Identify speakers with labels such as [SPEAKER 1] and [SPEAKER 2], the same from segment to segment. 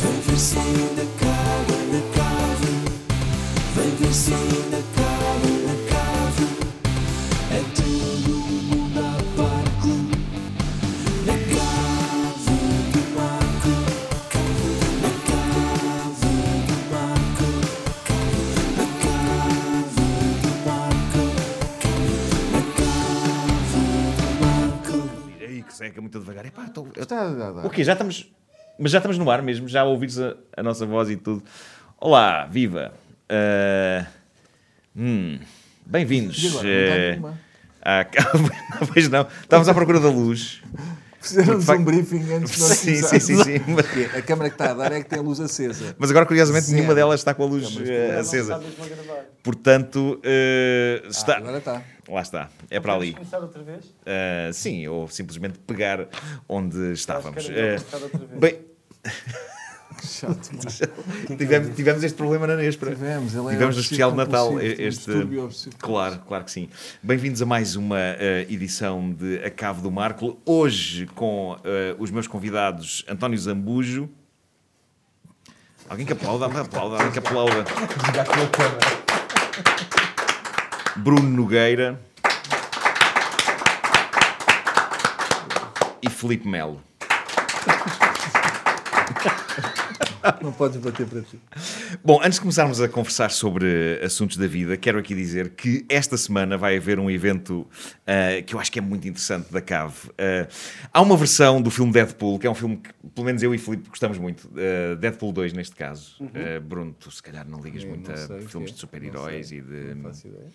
[SPEAKER 1] in the car, in the car. Vacancy in the car, in the car. É tudo uma parte. Na casa do Marco. Na casa do Marco. Na casa do Marco. Na casa do Marco.
[SPEAKER 2] Ei, que seca muito devagar. Epá, então, tô...
[SPEAKER 3] Está, dá, dá.
[SPEAKER 2] O é quê? Já estamos. Mas já estamos no ar mesmo, já ouvires a, a nossa voz e tudo. Olá, viva! Ah, hum, Bem-vindos.
[SPEAKER 3] E agora? Não dá
[SPEAKER 2] eh,
[SPEAKER 3] nenhuma.
[SPEAKER 2] à ca- Não, pois não. Estávamos à procura da luz.
[SPEAKER 3] Fizemos
[SPEAKER 2] facto-
[SPEAKER 3] um briefing antes de nós
[SPEAKER 2] Sim, sim,
[SPEAKER 3] começarmos
[SPEAKER 2] sim,
[SPEAKER 3] a-
[SPEAKER 2] sim.
[SPEAKER 3] Porque A câmara que está a dar é que tem a luz acesa.
[SPEAKER 2] Mas agora, curiosamente,
[SPEAKER 3] Zero.
[SPEAKER 2] nenhuma delas está com a luz
[SPEAKER 3] Não, mas
[SPEAKER 2] eh,
[SPEAKER 3] não
[SPEAKER 2] acesa.
[SPEAKER 4] mesmo a gravar.
[SPEAKER 2] Portanto, eh, está...
[SPEAKER 3] Ah, Agora está.
[SPEAKER 2] lá está. É para ali.
[SPEAKER 4] Vamos começar outra vez?
[SPEAKER 2] Ah, sim, ou simplesmente pegar onde estávamos.
[SPEAKER 4] Acho que era
[SPEAKER 2] Eh,
[SPEAKER 4] começar outra vez.
[SPEAKER 2] bem,
[SPEAKER 3] Que chato. mano.
[SPEAKER 2] tivemos, tivemos este problema na Nespra.
[SPEAKER 3] Tivemos, ele é
[SPEAKER 2] Tivemos no
[SPEAKER 3] obsessivo
[SPEAKER 2] especial de Natal
[SPEAKER 3] compulsivo,
[SPEAKER 2] e-
[SPEAKER 3] um
[SPEAKER 2] este.
[SPEAKER 3] distúrbio obsessivo
[SPEAKER 2] Claro, claro que sim. Bem-vindos a mais uma eh, edição de A Cave do Marco. Hoje com eh, os meus convidados António Zambujo. Alguém que aplauda, aplauda, alguém que aplauda. Bruno Nogueira. E Felipe Melo.
[SPEAKER 3] Não podes bater para ti.
[SPEAKER 2] Bom, antes de começarmos a conversar sobre assuntos da vida, quero aqui dizer que esta semana vai haver um evento ah, que eu acho que é muito interessante da Cave. Ah, há uma versão do filme Deadpool, que é um filme que, pelo menos eu e Filipe gostamos muito. ah, Deadpool 2, neste caso. Ah, Bruno, tu se calhar não ligas
[SPEAKER 3] Eu
[SPEAKER 2] muito
[SPEAKER 3] não
[SPEAKER 2] a
[SPEAKER 3] sei o que
[SPEAKER 2] filmes
[SPEAKER 3] é,
[SPEAKER 2] de super-heróis
[SPEAKER 3] não sei,
[SPEAKER 2] e de.
[SPEAKER 3] Não faço ideia.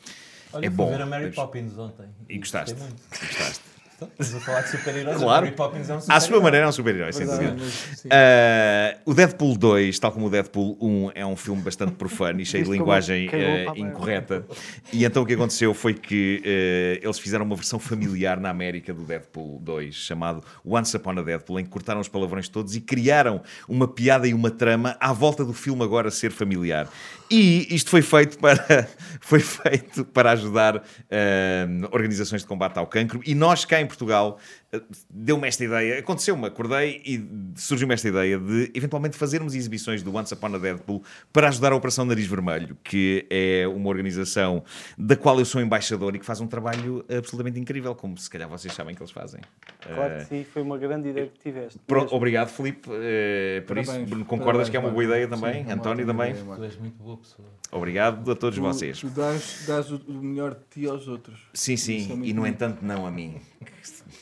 [SPEAKER 4] Olha,
[SPEAKER 2] é
[SPEAKER 4] eu fui
[SPEAKER 2] bom.
[SPEAKER 4] ver a Mary
[SPEAKER 2] Deves-
[SPEAKER 4] Poppins ontem.
[SPEAKER 2] E gostaste?
[SPEAKER 4] Gostei muito.
[SPEAKER 2] Gostaste?
[SPEAKER 4] Estamos a falar de super-heróis.
[SPEAKER 2] Claro.
[SPEAKER 4] A Mary Poppins é um
[SPEAKER 2] À sua
[SPEAKER 4] super-herói.
[SPEAKER 2] maneira é um super-herói, sem
[SPEAKER 3] Verdade,
[SPEAKER 2] dúvida.
[SPEAKER 3] mas sim.
[SPEAKER 2] Ah, o Deadpool 2, tal como o Deadpool 1, é um filme bastante profano e cheio de
[SPEAKER 5] Isto
[SPEAKER 2] linguagem
[SPEAKER 5] como cagou
[SPEAKER 2] eh,
[SPEAKER 5] para a mãe.
[SPEAKER 2] incorreta. E então o que aconteceu foi que eh, eles fizeram uma versão familiar na América do Deadpool 2, chamado Once Upon a Deadpool, em que cortaram os palavrões todos e criaram uma piada e uma trama à volta do filme agora ser familiar. E isto foi feito para, foi feito para ajudar eh, organizações de combate ao cancro. E nós cá em Portugal eh, deu-me esta ideia, aconteceu-me, acordei e surgiu-me esta ideia de eventualmente fazermos exibições do Once Upon a Deadpool para ajudar a Operação Nariz Vermelho, que é uma organização da qual eu sou embaixador e que faz um trabalho absolutamente incrível, como se calhar vocês sabem que eles fazem.
[SPEAKER 5] Claro
[SPEAKER 2] Eh,
[SPEAKER 5] que sim, foi uma grande ideia que tiveste.
[SPEAKER 2] pro-
[SPEAKER 5] mesmo.
[SPEAKER 2] obrigado, Filipe, eh, por
[SPEAKER 3] Parabéns,
[SPEAKER 2] isso. Bruno,
[SPEAKER 3] parabéns,
[SPEAKER 2] Concordas que é uma boa
[SPEAKER 3] parabéns.
[SPEAKER 2] ideia também?
[SPEAKER 3] Sim, é uma
[SPEAKER 2] António
[SPEAKER 3] ótima
[SPEAKER 2] também?
[SPEAKER 3] ideia, Marco.
[SPEAKER 4] Tu és muito boa pessoa.
[SPEAKER 2] Obrigado a todos
[SPEAKER 3] Tu-
[SPEAKER 2] vocês.
[SPEAKER 3] Tu dás, dás o, o melhor de ti aos outros.
[SPEAKER 2] Sim,
[SPEAKER 3] Isso é
[SPEAKER 2] sim,
[SPEAKER 3] muito
[SPEAKER 2] e no
[SPEAKER 3] bom.
[SPEAKER 2] entanto não a mim.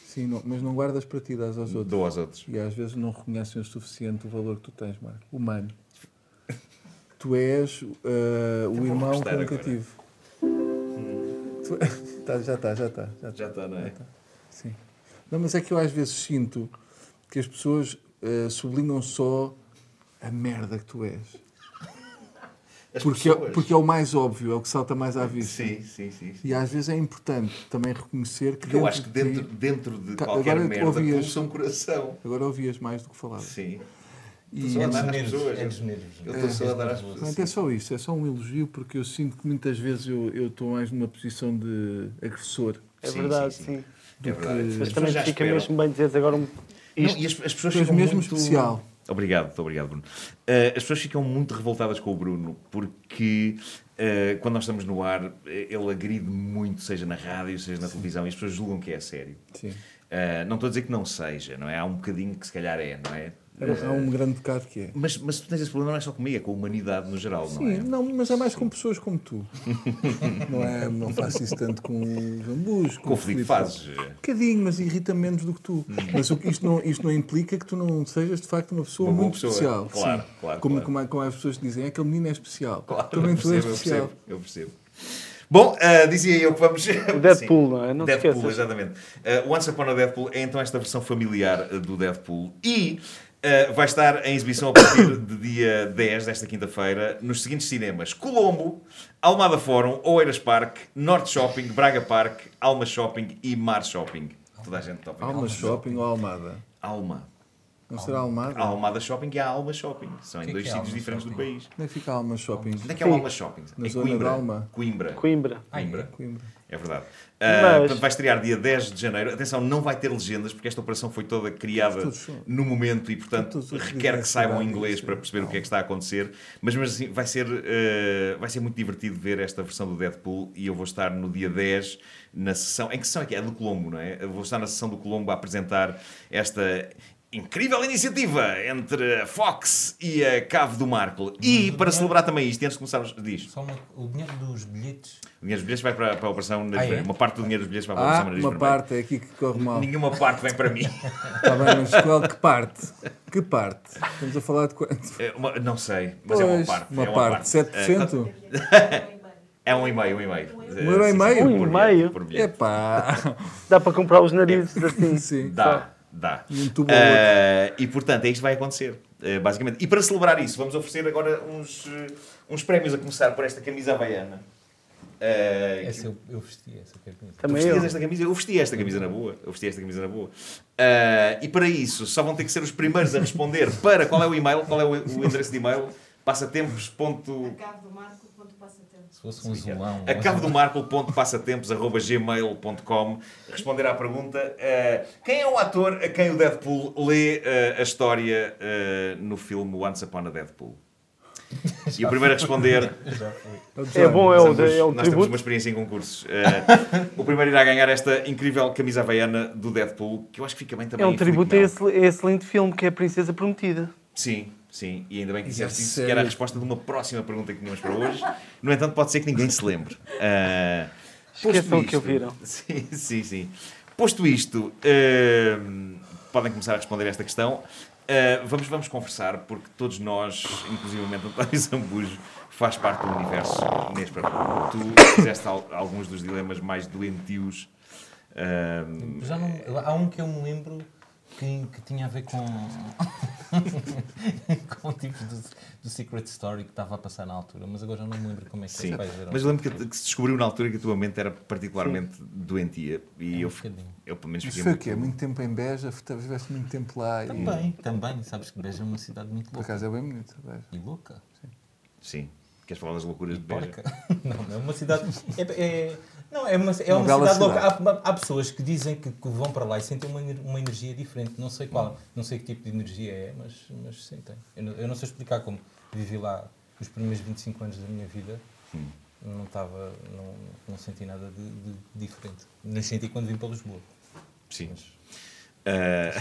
[SPEAKER 3] Sim, não- mas não guardas para ti, dás aos outros.
[SPEAKER 2] Dou aos outros.
[SPEAKER 3] E às vezes não reconhecem o suficiente o valor que tu tens, Marco. Humano. Tu és ah, o irmão
[SPEAKER 2] gostar agora. né? Hum.
[SPEAKER 3] caritativo. Tu- Tá, já está, já está. Já está.
[SPEAKER 2] está, não é?
[SPEAKER 3] Sim. Não, mas é que eu às vezes sinto que as pessoas ah, sublinham só a merda que tu és. Porque é, porque é o mais óbvio, é o que salta mais à vista.
[SPEAKER 2] Sim, sim, sim. sim.
[SPEAKER 3] E às vezes é importante também reconhecer que.
[SPEAKER 2] Eu acho que
[SPEAKER 3] de
[SPEAKER 2] dentro,
[SPEAKER 3] ti-
[SPEAKER 2] dentro de
[SPEAKER 3] Tá,
[SPEAKER 2] qualquer
[SPEAKER 3] agora
[SPEAKER 2] merda
[SPEAKER 3] ouvi
[SPEAKER 2] pulsa um coração.
[SPEAKER 3] Agora ouvias mais do que falavas.
[SPEAKER 2] Sim. Então,
[SPEAKER 3] E-
[SPEAKER 2] Só a
[SPEAKER 4] É
[SPEAKER 2] dar
[SPEAKER 4] dos
[SPEAKER 2] às pessoas.
[SPEAKER 4] nervos. É dos nervos.
[SPEAKER 2] Eu estou só a dar às pessoas.
[SPEAKER 3] Portanto, é só isso, é só um elogio, porque eu sinto que muitas vezes eu eu estou mais numa posição de agressor.
[SPEAKER 5] É
[SPEAKER 2] Sim,
[SPEAKER 5] verdade,
[SPEAKER 2] sim,
[SPEAKER 5] sim.
[SPEAKER 2] sim.
[SPEAKER 3] do
[SPEAKER 2] É verdade.
[SPEAKER 3] que-
[SPEAKER 5] Mas
[SPEAKER 2] As pessoas
[SPEAKER 5] também
[SPEAKER 2] já
[SPEAKER 5] fica
[SPEAKER 2] esperam.
[SPEAKER 5] mesmo bem dizeres agora um...
[SPEAKER 2] Não,
[SPEAKER 5] isto.
[SPEAKER 2] e as, as pessoas
[SPEAKER 3] Tu és
[SPEAKER 2] ficam
[SPEAKER 3] mesmo
[SPEAKER 2] muito...
[SPEAKER 3] especial.
[SPEAKER 2] Obrigado, muito obrigado, Bruno. Eh, as pessoas ficam muito revoltadas com o Bruno porque eh, quando nós estamos no ar eh, ele agride muito, seja na rádio, seja na televisão, e as pessoas julgam que é sério.
[SPEAKER 3] Sim.
[SPEAKER 2] Eh, não estou a dizer que não seja, não é? Há um bocadinho que se calhar é, não é?
[SPEAKER 3] Há um grande bocado que é.
[SPEAKER 2] Mas, mas tu tens esse problema não é só comigo, é com a humanidade no geral, não
[SPEAKER 3] Sim,
[SPEAKER 2] é?
[SPEAKER 3] não, mas é mais com pessoas como tu. não, é, não faço isso tanto com os ambus, com
[SPEAKER 2] Com o
[SPEAKER 3] o
[SPEAKER 2] Filipe
[SPEAKER 3] Filipe.
[SPEAKER 2] fazes. Hum.
[SPEAKER 3] Um bocadinho, mas irrita menos do que tu. Mas o- isto não, isto não implica que tu não sejas de facto uma pessoa
[SPEAKER 2] Uma boa
[SPEAKER 3] muito
[SPEAKER 2] pessoa.
[SPEAKER 3] especial.
[SPEAKER 2] Claro,
[SPEAKER 3] Sim.
[SPEAKER 2] claro,
[SPEAKER 3] Como,
[SPEAKER 2] claro.
[SPEAKER 3] Como, há- como há as pessoas que dizem, é que o menino é especial.
[SPEAKER 2] Claro,
[SPEAKER 3] Também
[SPEAKER 2] eu
[SPEAKER 3] tu és
[SPEAKER 2] percebo, eu
[SPEAKER 3] especial.
[SPEAKER 2] percebo, Eu percebo. Bom, ah, dizia eu que vamos.
[SPEAKER 5] Deadpool, não é? Não te
[SPEAKER 2] Deadpool,
[SPEAKER 5] esqueças.
[SPEAKER 2] exatamente. Ah, Once Upon a Deadpool é então esta versão familiar ah, do Deadpool e ah, vai estar em exibição a partir de dia 10 desta quinta-feira nos seguintes cinemas: Colombo, Almada Fórum, Oeiras Park, Norte Shopping, Braga Park, Alma Shopping e Mar Shopping. Toda a gente topa.
[SPEAKER 3] Alma Shopping ou Almada?
[SPEAKER 2] Alma.
[SPEAKER 3] Não será Almada?
[SPEAKER 2] Há a Almada Shopping e há a Alma Shopping. São em
[SPEAKER 4] que é
[SPEAKER 2] dois
[SPEAKER 4] que é
[SPEAKER 2] sítios
[SPEAKER 4] Alma
[SPEAKER 2] diferentes do
[SPEAKER 4] Shopping?
[SPEAKER 2] país.
[SPEAKER 3] Onde é que fica a Alma Shopping?
[SPEAKER 2] Onde é que é o
[SPEAKER 5] Sim.
[SPEAKER 2] Alma Shopping?
[SPEAKER 3] Na
[SPEAKER 2] em
[SPEAKER 3] zona
[SPEAKER 2] Coimbra.
[SPEAKER 3] de Alma.
[SPEAKER 2] Coimbra.
[SPEAKER 5] Coimbra.
[SPEAKER 4] Ah, é?
[SPEAKER 2] Coimbra.
[SPEAKER 3] Coimbra.
[SPEAKER 2] É verdade. Ah,
[SPEAKER 5] Mas-
[SPEAKER 2] portanto, vai estrear dia 10 de janeiro. Atenção, não vai ter legendas, porque esta operação foi toda criada
[SPEAKER 3] Todos são.
[SPEAKER 2] no momento e, portanto,
[SPEAKER 3] Todos os
[SPEAKER 2] requer que
[SPEAKER 3] diversos
[SPEAKER 2] saibam
[SPEAKER 3] horários,
[SPEAKER 2] inglês
[SPEAKER 3] sim.
[SPEAKER 2] para perceber o que é que está a acontecer. Mas, mas assim, vai ser, ah, vai ser muito divertido ver esta versão do Deadpool e eu vou estar no dia 10 na sessão. Em que sessão é que é? É do Colombo, não é? Eu vou estar na sessão do Colombo a apresentar esta. Incrível iniciativa entre a Fox e a Cave do Marco. E para celebrar também isto, e antes de começarmos, diz.
[SPEAKER 4] Só uma- o dinheiro dos bilhetes.
[SPEAKER 2] O dinheiro dos bilhetes vai para, para a operação Nariz
[SPEAKER 4] Ah, é?
[SPEAKER 2] Vermelho. Uma parte do dinheiro dos bilhetes vai para a
[SPEAKER 3] Ah,
[SPEAKER 2] operação Nariz
[SPEAKER 3] uma
[SPEAKER 2] Vermelho.
[SPEAKER 3] parte, é aqui que corre mal.
[SPEAKER 2] Nenhuma parte vem para mim.
[SPEAKER 3] Está bem, mas qual, que parte? Que parte? Estamos a falar de quanto?
[SPEAKER 2] É uma- não sei, mas é uma
[SPEAKER 3] Pois,
[SPEAKER 2] parte.
[SPEAKER 3] Uma
[SPEAKER 2] é uma
[SPEAKER 3] parte,
[SPEAKER 2] parte.
[SPEAKER 3] 7%?
[SPEAKER 2] É um e-mail, um e-mail. Um
[SPEAKER 3] euro e meio?
[SPEAKER 2] Por
[SPEAKER 5] Um
[SPEAKER 2] bilhete,
[SPEAKER 5] e-mail?
[SPEAKER 2] É, por
[SPEAKER 3] É
[SPEAKER 2] bilhete.
[SPEAKER 3] Epá!
[SPEAKER 5] Dá para comprar os narizes
[SPEAKER 2] É.
[SPEAKER 5] assim.
[SPEAKER 3] Sim.
[SPEAKER 2] Dá, dá.
[SPEAKER 3] É, E um tubo ao
[SPEAKER 2] Ah, e portanto, é isto que vai acontecer, eh, basicamente. E para celebrar isso, vamos oferecer agora uns, eh, uns prémios, a começar por esta camisa havaiana. Eh,
[SPEAKER 4] Essa eu, eu vesti, essa que eu conheço.
[SPEAKER 2] Tu
[SPEAKER 5] Também eu.
[SPEAKER 2] vestias esta camisa? Eu vesti esta camisa na boa. Eu vesti esta camisa na boa. Ah, e para isso, só vão ter que ser os primeiros a responder para qual é o e-mail, qual é o, o endereço de e-mail, passatempos. ponto-
[SPEAKER 4] Se fosse um zulão.
[SPEAKER 2] a cabo do marco.passatempos.gmail.com responder à pergunta ah, quem é o ator a quem o Deadpool lê ah, a história ah, no filme Once Upon a Deadpool? E o primeiro a responder
[SPEAKER 4] Já fui.
[SPEAKER 5] É bom, é o,
[SPEAKER 2] Nós
[SPEAKER 5] de- é o
[SPEAKER 2] temos- nós temos uma
[SPEAKER 5] tributo.
[SPEAKER 2] experiência em concursos. Eh, o primeiro irá ganhar esta incrível camisa havaiana do Deadpool, que eu acho que fica bem também.
[SPEAKER 5] É um
[SPEAKER 2] em Filipe
[SPEAKER 5] tributo a
[SPEAKER 2] Melo.
[SPEAKER 5] esse, a esse lindo filme que é a Princesa Prometida.
[SPEAKER 2] Sim, sim. E ainda bem que
[SPEAKER 3] Isso é
[SPEAKER 2] disseste isso, que
[SPEAKER 3] sério.
[SPEAKER 2] era a resposta de uma próxima pergunta que tínhamos para hoje. No entanto, pode ser que ninguém se lembre. Eh, posto
[SPEAKER 5] Esqueçam o que
[SPEAKER 2] isto-
[SPEAKER 5] ouviram.
[SPEAKER 2] Sim, sim, sim. Posto isto, eh, podem começar a responder esta questão. Eh, vamos, vamos conversar, porque todos nós, inclusivamente António Zambujo, faz parte do universo Inês Prado. Tu fizeste al- alguns dos dilemas mais doentios. eh,
[SPEAKER 4] assim, Já não, há um que eu me lembro que, que tinha a ver com. com o tipo do, do Secret Story que estava a passar na altura, mas agora já não me lembro como é que
[SPEAKER 2] sim,
[SPEAKER 4] os pais eram.
[SPEAKER 2] mas eu lembro que, que se descobriu na altura que a tua mente era particularmente doentia
[SPEAKER 5] É
[SPEAKER 2] e
[SPEAKER 5] um
[SPEAKER 2] eu, fi-
[SPEAKER 4] um bocadinho.
[SPEAKER 2] eu pelo menos
[SPEAKER 3] Mas
[SPEAKER 2] fiquei
[SPEAKER 3] foi o quê? Muito tempo em Beja? Tiveste muito tempo lá e.
[SPEAKER 4] Também, também, sabes que Beja é uma cidade muito
[SPEAKER 3] Por
[SPEAKER 4] louca.
[SPEAKER 3] acaso é bem bonito, Beja.
[SPEAKER 4] E louca.
[SPEAKER 2] Sim, queres falar das loucuras de Beja?
[SPEAKER 4] Porca. Não, é uma cidade. É, é- não, é uma, é
[SPEAKER 3] Uma
[SPEAKER 4] uma
[SPEAKER 3] bela
[SPEAKER 4] cidade louca. Há, há pessoas que dizem que, que vão para lá e sentem uma, ener- uma energia diferente. Não sei qual, não sei que tipo de energia é, mas, mas sentem. Eu não, eu não sei explicar como vivi lá os primeiros 25 anos da minha vida. Não estava. Não, não senti nada de, de diferente. Nem senti quando vim para Lisboa.
[SPEAKER 2] Sim.
[SPEAKER 4] Mas-
[SPEAKER 2] Eh,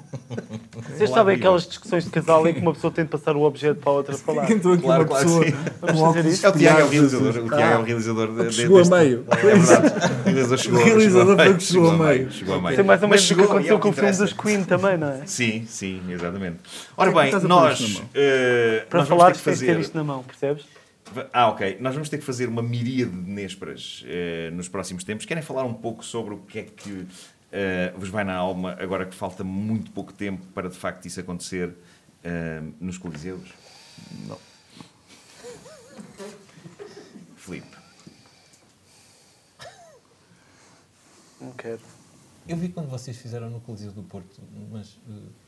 [SPEAKER 2] Olá,
[SPEAKER 5] Vocês sabem
[SPEAKER 2] Guilherme.
[SPEAKER 5] aquelas discussões de casal em que uma pessoa tem de passar o objeto para a outra falar?
[SPEAKER 3] Entrou aqui
[SPEAKER 2] Claro,
[SPEAKER 3] uma
[SPEAKER 2] claro,
[SPEAKER 3] pessoa
[SPEAKER 2] sim.
[SPEAKER 3] com
[SPEAKER 5] fazer
[SPEAKER 3] óculos
[SPEAKER 5] isto?
[SPEAKER 2] É o Tiago é o
[SPEAKER 3] espelhados
[SPEAKER 2] realizador. O Tiago é o
[SPEAKER 3] azuis. Ah,
[SPEAKER 2] realizador de,
[SPEAKER 3] chegou a
[SPEAKER 2] deste-
[SPEAKER 3] meio.
[SPEAKER 2] É verdade. O realizador chegou,
[SPEAKER 3] O realizador
[SPEAKER 2] chegou a
[SPEAKER 3] foi
[SPEAKER 2] meio,
[SPEAKER 3] que chegou a meio.
[SPEAKER 2] Chegou a meio.
[SPEAKER 5] Tem mais ou
[SPEAKER 2] Mas
[SPEAKER 5] menos o que
[SPEAKER 2] chegou, e é
[SPEAKER 5] aconteceu
[SPEAKER 2] o
[SPEAKER 5] com o filme
[SPEAKER 2] interessa.
[SPEAKER 5] dos Queen também, não é?
[SPEAKER 2] Sim, sim, exatamente. Ora
[SPEAKER 3] é que
[SPEAKER 2] bem,
[SPEAKER 3] estás a pôr isto
[SPEAKER 2] nós.
[SPEAKER 3] na mão?
[SPEAKER 2] eh,
[SPEAKER 5] Para
[SPEAKER 2] nós
[SPEAKER 5] falar,
[SPEAKER 2] vamos
[SPEAKER 5] tens de
[SPEAKER 2] ter
[SPEAKER 5] ter
[SPEAKER 2] que
[SPEAKER 5] isto
[SPEAKER 2] fazer.
[SPEAKER 5] na mão, percebes?
[SPEAKER 2] Ah, ok. Nós vamos ter que fazer uma miríade de nésperas eh, nos próximos tempos. Querem falar um pouco sobre o que é que eh, vos vai na alma agora que falta muito pouco tempo para de facto isso acontecer eh, nos Coliseus? Não. Filipe.
[SPEAKER 5] Não quero.
[SPEAKER 4] Eu vi quando vocês fizeram no Coliseu do Porto, mas. eh,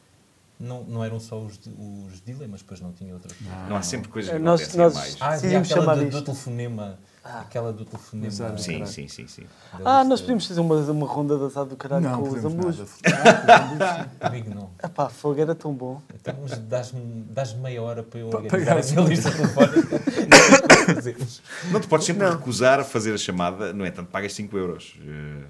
[SPEAKER 4] não, não eram só os, di- os dilemas, pois não tinha outras coisas.
[SPEAKER 2] Não há sempre coisas
[SPEAKER 5] Eh,
[SPEAKER 2] que
[SPEAKER 5] nós-
[SPEAKER 2] acontecem a
[SPEAKER 5] nós-
[SPEAKER 2] mais.
[SPEAKER 4] Ah, havia
[SPEAKER 5] Decidimos
[SPEAKER 4] aquela
[SPEAKER 5] chamar
[SPEAKER 4] do, do
[SPEAKER 5] isto.
[SPEAKER 4] telefonema. Aquela do telefonema.
[SPEAKER 3] Mas há de-
[SPEAKER 2] Sim,
[SPEAKER 3] Caralho.
[SPEAKER 2] sim, sim, sim.
[SPEAKER 5] Ah, nós podíamos fazer uma, uma ronda dançada do caralho
[SPEAKER 3] Não,
[SPEAKER 5] tá, com os
[SPEAKER 3] podemos nada.
[SPEAKER 5] ambos.
[SPEAKER 4] Comigo não.
[SPEAKER 5] Ah pá, fogo era tão bom.
[SPEAKER 4] Então, mas dás-me dás meia hora para eu
[SPEAKER 3] Para
[SPEAKER 4] organizar
[SPEAKER 3] pagar
[SPEAKER 4] a
[SPEAKER 3] as
[SPEAKER 4] minha lista telefónica. Não sei como fazemos.
[SPEAKER 2] Não te podes sempre recusar a fazer a chamada, no entanto, pagas 5 euros. Eh,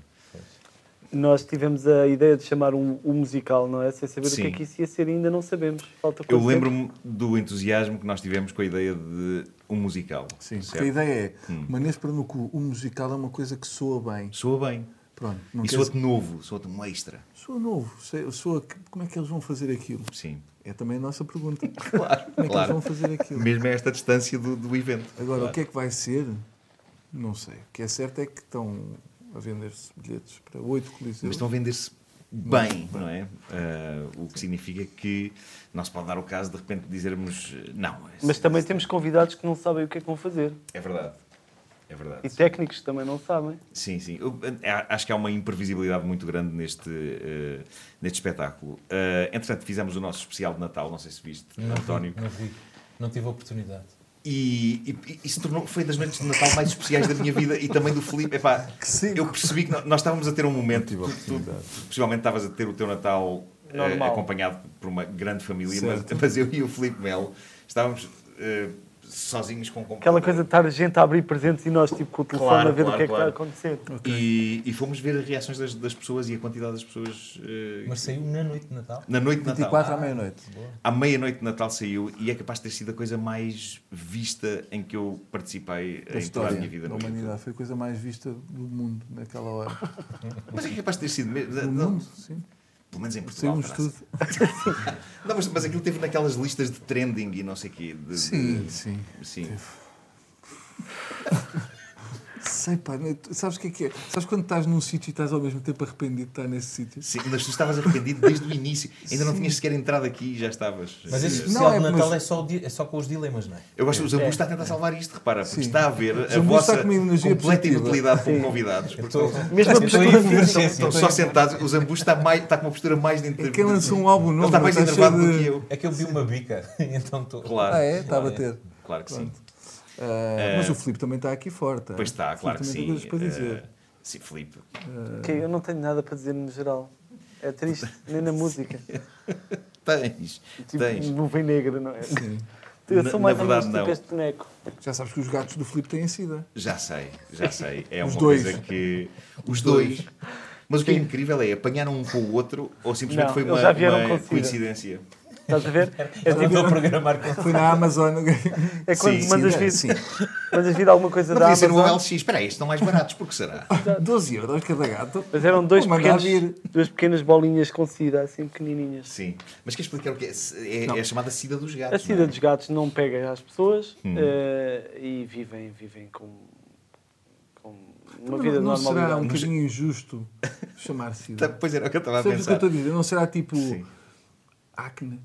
[SPEAKER 5] Nós tivemos a ideia de chamar um, um musical, não é? Sem saber
[SPEAKER 2] Sim.
[SPEAKER 5] o que é que isso ia ser ainda não sabemos. Falta
[SPEAKER 2] Eu
[SPEAKER 5] quanto
[SPEAKER 2] lembro-me do entusiasmo que nós tivemos com a ideia de um musical.
[SPEAKER 3] Sim, porque
[SPEAKER 2] certo? Hum.
[SPEAKER 3] a ideia é, uma néspera no cu, o musical é uma coisa que soa bem.
[SPEAKER 2] Soa bem.
[SPEAKER 3] Pronto, não
[SPEAKER 2] e
[SPEAKER 3] quer
[SPEAKER 2] soa-te novo, soa-te um extra.
[SPEAKER 3] Soa novo, sei- soa, que- como é que eles vão fazer aquilo?
[SPEAKER 2] Sim.
[SPEAKER 3] É também a nossa pergunta. Como
[SPEAKER 2] Claro,
[SPEAKER 3] é que eles vão fazer aquilo?
[SPEAKER 2] Mesmo a esta distância do, do evento.
[SPEAKER 3] Agora, o que é que vai ser? Não sei. O que é certo é que estão a vender-se bilhetes para oito
[SPEAKER 2] Mas
[SPEAKER 3] coliseus.
[SPEAKER 2] estão a vender-se bem, não é? Ah, o que significa que não se pode dar o caso de repente de dizermos eh, não.
[SPEAKER 5] tempo. Mas também temos convidados que não sabem o que é que vão fazer.
[SPEAKER 2] É verdade. É verdade.
[SPEAKER 5] E técnicos que também não sabem.
[SPEAKER 2] Sim, sim. Eu, eh, acho que há uma imprevisibilidade muito grande neste, eh, neste espetáculo. Eh, entretanto, fizemos o nosso especial de Natal, não sei se viste, António.
[SPEAKER 4] Não vi. Não tive oportunidade.
[SPEAKER 2] E, e- isso tornou, foi das noites de Natal mais especiais da minha vida e também do Felipe. Epá,
[SPEAKER 3] sim.
[SPEAKER 2] eu percebi que nó- nós estávamos a ter um momento,
[SPEAKER 3] Tive a oportunidade.
[SPEAKER 2] possivelmente estavas a ter o teu Natal eh,
[SPEAKER 5] Normal.
[SPEAKER 2] acompanhado por uma grande família, mas,
[SPEAKER 3] Certo.
[SPEAKER 2] mas eu e o Felipe Melo estávamos eh, sozinhos com o computador.
[SPEAKER 5] Aquela coisa de estar gente a abrir presentes e nós, tipo, com o telefone
[SPEAKER 2] Claro,
[SPEAKER 5] a ver
[SPEAKER 2] claro,
[SPEAKER 5] o que é
[SPEAKER 2] claro.
[SPEAKER 5] que está a acontecer.
[SPEAKER 2] E, e fomos ver as reações das, das pessoas e a quantidade das pessoas. eh,
[SPEAKER 4] Mas saiu na noite de Natal.
[SPEAKER 2] na noite de Natal.
[SPEAKER 3] 24 à meia-noite.
[SPEAKER 2] À meia-noite de Natal saiu e é capaz de ter sido a coisa mais vista em que eu participei
[SPEAKER 3] A
[SPEAKER 2] em toda Então, a
[SPEAKER 3] história
[SPEAKER 2] minha vida. é
[SPEAKER 3] da
[SPEAKER 2] no YouTube.
[SPEAKER 3] humanidade foi a coisa mais vista do mundo naquela hora.
[SPEAKER 2] Mas é capaz de ter sido mesmo.
[SPEAKER 3] Do
[SPEAKER 2] não,
[SPEAKER 3] mundo, sim.
[SPEAKER 2] pelo menos em
[SPEAKER 3] Saiu
[SPEAKER 2] Portugal.
[SPEAKER 3] um
[SPEAKER 2] caralho.
[SPEAKER 3] estudo.
[SPEAKER 2] Não, mas, mas aquilo teve naquelas listas de trending e não sei o quê. de- de-
[SPEAKER 3] Sim, sim.
[SPEAKER 2] sim.
[SPEAKER 3] Sei, pá, não- tu- sabes o que é que é? Sabes quando estás num sítio e estás ao mesmo tempo arrependido de estar nesse sítio?
[SPEAKER 2] Sim, mas tu estavas arrependido desde o início. Ainda não
[SPEAKER 3] Sim.
[SPEAKER 2] tinhas sequer entrado aqui e já estavas.
[SPEAKER 4] Mas
[SPEAKER 2] Eh,
[SPEAKER 3] Não,
[SPEAKER 4] esse especial
[SPEAKER 3] é,
[SPEAKER 4] de Natal
[SPEAKER 3] mas-
[SPEAKER 4] é, só, o di- é só com os dilemas, não é?
[SPEAKER 2] Eu gosto que o Zambu está a tentar salvar isto, repara, porque
[SPEAKER 3] Sim.
[SPEAKER 2] está a ver a
[SPEAKER 3] Zambu está
[SPEAKER 2] vossa
[SPEAKER 3] com uma energia
[SPEAKER 2] completa
[SPEAKER 3] positiva.
[SPEAKER 2] inutilidade como convidados. Porque
[SPEAKER 4] Estou-
[SPEAKER 5] Mesmo a
[SPEAKER 2] assim,
[SPEAKER 4] estou
[SPEAKER 3] é
[SPEAKER 5] postura
[SPEAKER 4] em
[SPEAKER 5] física.
[SPEAKER 2] estão,
[SPEAKER 4] efervescência.
[SPEAKER 2] estão só sentados. O Zambu está, mais, está com uma postura mais de
[SPEAKER 3] É quem lançou um álbum
[SPEAKER 2] Ele
[SPEAKER 3] novo.
[SPEAKER 2] está mais
[SPEAKER 3] não
[SPEAKER 2] enervado
[SPEAKER 3] cheio
[SPEAKER 2] do
[SPEAKER 3] de-
[SPEAKER 2] que eu.
[SPEAKER 4] É que eu vi uma bica, então estou.
[SPEAKER 2] Claro.
[SPEAKER 3] Ah, é? Está a bater.
[SPEAKER 2] Claro que sim.
[SPEAKER 3] Ah, Mas o Filipe também está aqui forte.
[SPEAKER 2] É.
[SPEAKER 3] é?
[SPEAKER 2] Pois está, claro que
[SPEAKER 3] também
[SPEAKER 2] sim.
[SPEAKER 3] tem coisas para dizer.
[SPEAKER 2] Eh, Sim, Filipe.
[SPEAKER 5] Que eu não tenho nada para dizer no geral. É triste, nem na música.
[SPEAKER 2] Tens,
[SPEAKER 5] Tipo,
[SPEAKER 2] tens.
[SPEAKER 5] nuvem negra, não é?
[SPEAKER 3] Sim.
[SPEAKER 5] Eu
[SPEAKER 2] Na-
[SPEAKER 5] sou mais
[SPEAKER 2] na
[SPEAKER 5] ou
[SPEAKER 2] verdade,
[SPEAKER 5] menos tipo
[SPEAKER 2] não.
[SPEAKER 5] este boneco.
[SPEAKER 3] Já sabes que os gatos do Filipe têm sida.
[SPEAKER 2] Já sei, já sei. É
[SPEAKER 3] Os
[SPEAKER 2] uma
[SPEAKER 3] dois.
[SPEAKER 2] coisa que. Os dois. Mas o que é incrível é apanharam um com o outro ou simplesmente
[SPEAKER 5] Não,
[SPEAKER 2] foi
[SPEAKER 5] eles
[SPEAKER 2] uma,
[SPEAKER 5] já vieram
[SPEAKER 2] uma
[SPEAKER 5] com sida.
[SPEAKER 2] coincidência.
[SPEAKER 5] Estás a ver? É,
[SPEAKER 4] Eu
[SPEAKER 5] tipo,
[SPEAKER 4] estou então, a programar com
[SPEAKER 3] Foi na Amazon.
[SPEAKER 5] é quando
[SPEAKER 2] Sim,
[SPEAKER 5] mandas,
[SPEAKER 3] sim,
[SPEAKER 5] vir,
[SPEAKER 3] sim.
[SPEAKER 5] mandas vir alguma coisa
[SPEAKER 2] Não
[SPEAKER 5] da
[SPEAKER 2] podia ser no
[SPEAKER 5] Amazon.
[SPEAKER 2] OLX. Espera aí, estão mais baratos, porque será?
[SPEAKER 3] 12 euros cada gato.
[SPEAKER 5] Mas eram dois
[SPEAKER 3] Vou mandar
[SPEAKER 5] pequenos, duas pequenas bolinhas com sida, assim pequenininhas.
[SPEAKER 2] Sim. Mas queres explicar o que é? É, é a chamada sida dos gatos.
[SPEAKER 5] A
[SPEAKER 2] não
[SPEAKER 5] sida
[SPEAKER 2] é?
[SPEAKER 5] dos gatos não pega às pessoas
[SPEAKER 3] Hum.
[SPEAKER 5] eh, e vivem, vivem com, com uma
[SPEAKER 3] Não-
[SPEAKER 5] vida
[SPEAKER 3] não será
[SPEAKER 5] normalidade.
[SPEAKER 3] um bocadinho injusto chamar sida?
[SPEAKER 2] Tá, Pois era o que eu estava a
[SPEAKER 3] Sabes o que eu
[SPEAKER 2] pensar.
[SPEAKER 3] estou a dizer? Não será tipo
[SPEAKER 2] Sim.
[SPEAKER 3] acne?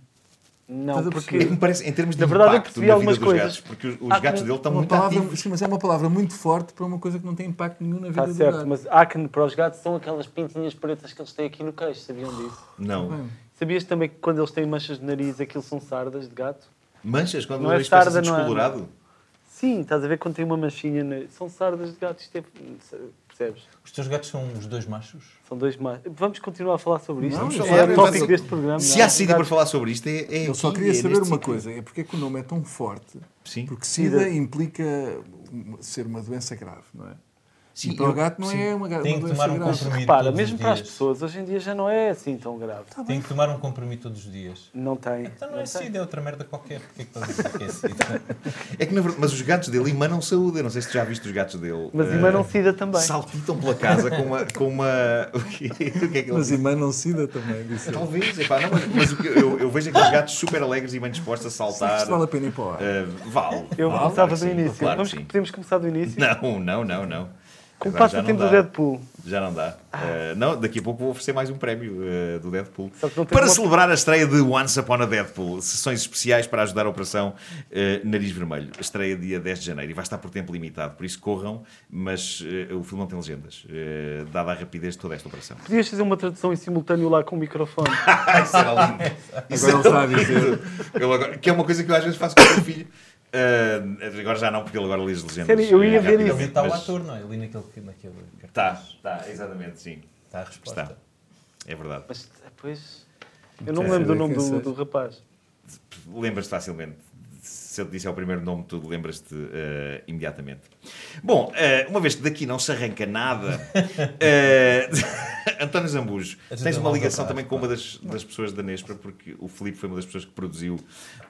[SPEAKER 5] Não,
[SPEAKER 3] Estás a
[SPEAKER 5] porque
[SPEAKER 2] É que me parece, em termos de
[SPEAKER 5] Na verdade, eu
[SPEAKER 2] impacto
[SPEAKER 5] percebi
[SPEAKER 2] na vida
[SPEAKER 5] algumas
[SPEAKER 2] dos
[SPEAKER 5] coisas.
[SPEAKER 2] gatos, porque os, os
[SPEAKER 5] Há
[SPEAKER 2] gatos
[SPEAKER 5] um-
[SPEAKER 2] dele estão
[SPEAKER 3] Uma
[SPEAKER 2] Tá muito
[SPEAKER 3] palavra,
[SPEAKER 2] ativos.
[SPEAKER 3] sim, mas é uma palavra muito forte para uma coisa que não tem impacto nenhum na vida
[SPEAKER 5] está
[SPEAKER 3] do
[SPEAKER 5] Tá certo,
[SPEAKER 3] gato.
[SPEAKER 5] mas acne para os gatos são aquelas pintinhas pretas que eles têm aqui no queixo, sabiam disso?
[SPEAKER 2] Não.
[SPEAKER 5] Sabias também que quando eles têm manchas de nariz aquilo são sardas de gato?
[SPEAKER 2] Manchas, quando
[SPEAKER 5] Não
[SPEAKER 2] o
[SPEAKER 5] é
[SPEAKER 2] nariz parece
[SPEAKER 5] sarda,
[SPEAKER 2] assim
[SPEAKER 5] não é-
[SPEAKER 2] descolorado.
[SPEAKER 5] Sim, estás a ver quando tem uma manchinha. na- São sardas de gato, isto é. Percebes?
[SPEAKER 4] Os teus gatos são os dois machos?
[SPEAKER 5] São dois mais. Vamos continuar a falar sobre isto.
[SPEAKER 3] Não,
[SPEAKER 5] Isto
[SPEAKER 3] eu
[SPEAKER 5] é
[SPEAKER 3] só-
[SPEAKER 5] o
[SPEAKER 3] eu
[SPEAKER 5] tópico
[SPEAKER 2] só-
[SPEAKER 5] deste programa.
[SPEAKER 2] Se
[SPEAKER 5] não é?
[SPEAKER 2] há sida para
[SPEAKER 5] Gatos-
[SPEAKER 2] falar sobre isto, é. é
[SPEAKER 3] Eu só
[SPEAKER 2] aqui,
[SPEAKER 3] queria
[SPEAKER 2] é
[SPEAKER 3] saber
[SPEAKER 2] neste
[SPEAKER 3] uma
[SPEAKER 2] sítio.
[SPEAKER 3] coisa, é porque é que o nome é tão forte?
[SPEAKER 2] Sim.
[SPEAKER 3] Porque SIDA
[SPEAKER 5] Sida.
[SPEAKER 3] implica um, ser uma doença grave, não é?
[SPEAKER 2] Sim,
[SPEAKER 3] e para o
[SPEAKER 2] eu-
[SPEAKER 3] gato não
[SPEAKER 2] sim.
[SPEAKER 3] é uma, gra-
[SPEAKER 4] Tem
[SPEAKER 3] uma
[SPEAKER 4] que
[SPEAKER 3] doença
[SPEAKER 4] tomar um
[SPEAKER 3] grave.
[SPEAKER 4] comprimido.
[SPEAKER 5] Repara,
[SPEAKER 4] todos os
[SPEAKER 5] mesmo para as
[SPEAKER 4] dias.
[SPEAKER 5] pessoas, hoje em dia já não é assim tão grave.
[SPEAKER 3] Tá
[SPEAKER 4] Tem que tomar um compromisso todos os dias.
[SPEAKER 5] Não tem.
[SPEAKER 4] Então não é SIDA, é outra merda qualquer. Porquê que estás a dizer que é SIDA?
[SPEAKER 2] É que, na verdade, mas os gatos dele emanam saúde. Eu não sei se tu já viste os gatos dele.
[SPEAKER 5] Mas
[SPEAKER 2] Eh,
[SPEAKER 5] emanam sida também.
[SPEAKER 2] Saltitam pela casa com uma. Com uma... O, quê? o que é que ele
[SPEAKER 3] Mas emanam SIDA também, disse ele.
[SPEAKER 2] Talvez, epá, não, mas, mas o que eu, eu vejo é que os gatos super alegres e bem dispostos a
[SPEAKER 3] Será que
[SPEAKER 5] é
[SPEAKER 2] saltar.
[SPEAKER 3] isto vale a pena ir para o ar?
[SPEAKER 2] Eh, vale.
[SPEAKER 5] Eu
[SPEAKER 2] vale,
[SPEAKER 5] começava
[SPEAKER 2] claro que
[SPEAKER 5] do
[SPEAKER 2] sim,
[SPEAKER 5] início.
[SPEAKER 2] Claro que
[SPEAKER 5] Vamos,
[SPEAKER 2] sim.
[SPEAKER 5] podemos começar do início?
[SPEAKER 2] Não, não, não, não.
[SPEAKER 5] Com o
[SPEAKER 2] Agora já
[SPEAKER 5] passo
[SPEAKER 2] não
[SPEAKER 5] tempo do
[SPEAKER 2] dá.
[SPEAKER 5] Deadpool.
[SPEAKER 2] Já não dá.
[SPEAKER 5] Ah.
[SPEAKER 2] Eh, não, daqui a pouco vou oferecer mais um prémio eh, do Deadpool.
[SPEAKER 5] Só que não tem
[SPEAKER 2] Para
[SPEAKER 5] uma-
[SPEAKER 2] celebrar a estreia de Once Upon a Deadpool, sessões especiais para ajudar a Operação eh, Nariz Vermelho. Estreia dia 10 de janeiro e vai estar por tempo limitado, por isso corram, mas eh, o filme não tem legendas, eh, dada a rapidez de toda esta operação.
[SPEAKER 5] Podias fazer uma tradução em simultâneo lá com o microfone.
[SPEAKER 2] Ah, isso era lindo. Isso
[SPEAKER 3] Agora ele está a dizer.
[SPEAKER 2] Ele agora- que é uma coisa que eu às vezes faço com o meu filho. Ah, agora já não, porque ele agora lê as legendas.
[SPEAKER 5] Sério, eu ia
[SPEAKER 2] eh,
[SPEAKER 5] ver
[SPEAKER 2] rapidamente,
[SPEAKER 5] isso.
[SPEAKER 4] Ele está o
[SPEAKER 2] mas- Tá.
[SPEAKER 4] ator, não é? Ali naquele, naquele
[SPEAKER 2] Está,
[SPEAKER 4] cartaz.
[SPEAKER 2] está, exatamente, sim.
[SPEAKER 4] Está a resposta.
[SPEAKER 2] Está. É verdade.
[SPEAKER 5] Mas depois. Eu não me
[SPEAKER 3] sei
[SPEAKER 5] lembro do
[SPEAKER 3] bem
[SPEAKER 5] nome
[SPEAKER 3] quem
[SPEAKER 2] assim.
[SPEAKER 5] do,
[SPEAKER 3] seja.
[SPEAKER 5] do rapaz.
[SPEAKER 2] Lembras-te facilmente. Se eu te disser o primeiro nome, tu lembras-te eh, imediatamente. Bom, eh, uma vez que daqui não se arranca nada, eh, António Zambujo,
[SPEAKER 4] Ajuda
[SPEAKER 2] tens uma
[SPEAKER 4] lá
[SPEAKER 2] ligação
[SPEAKER 4] atrás,
[SPEAKER 2] também com uma das, das pessoas da Nespra, porque o Filipe foi uma das pessoas que produziu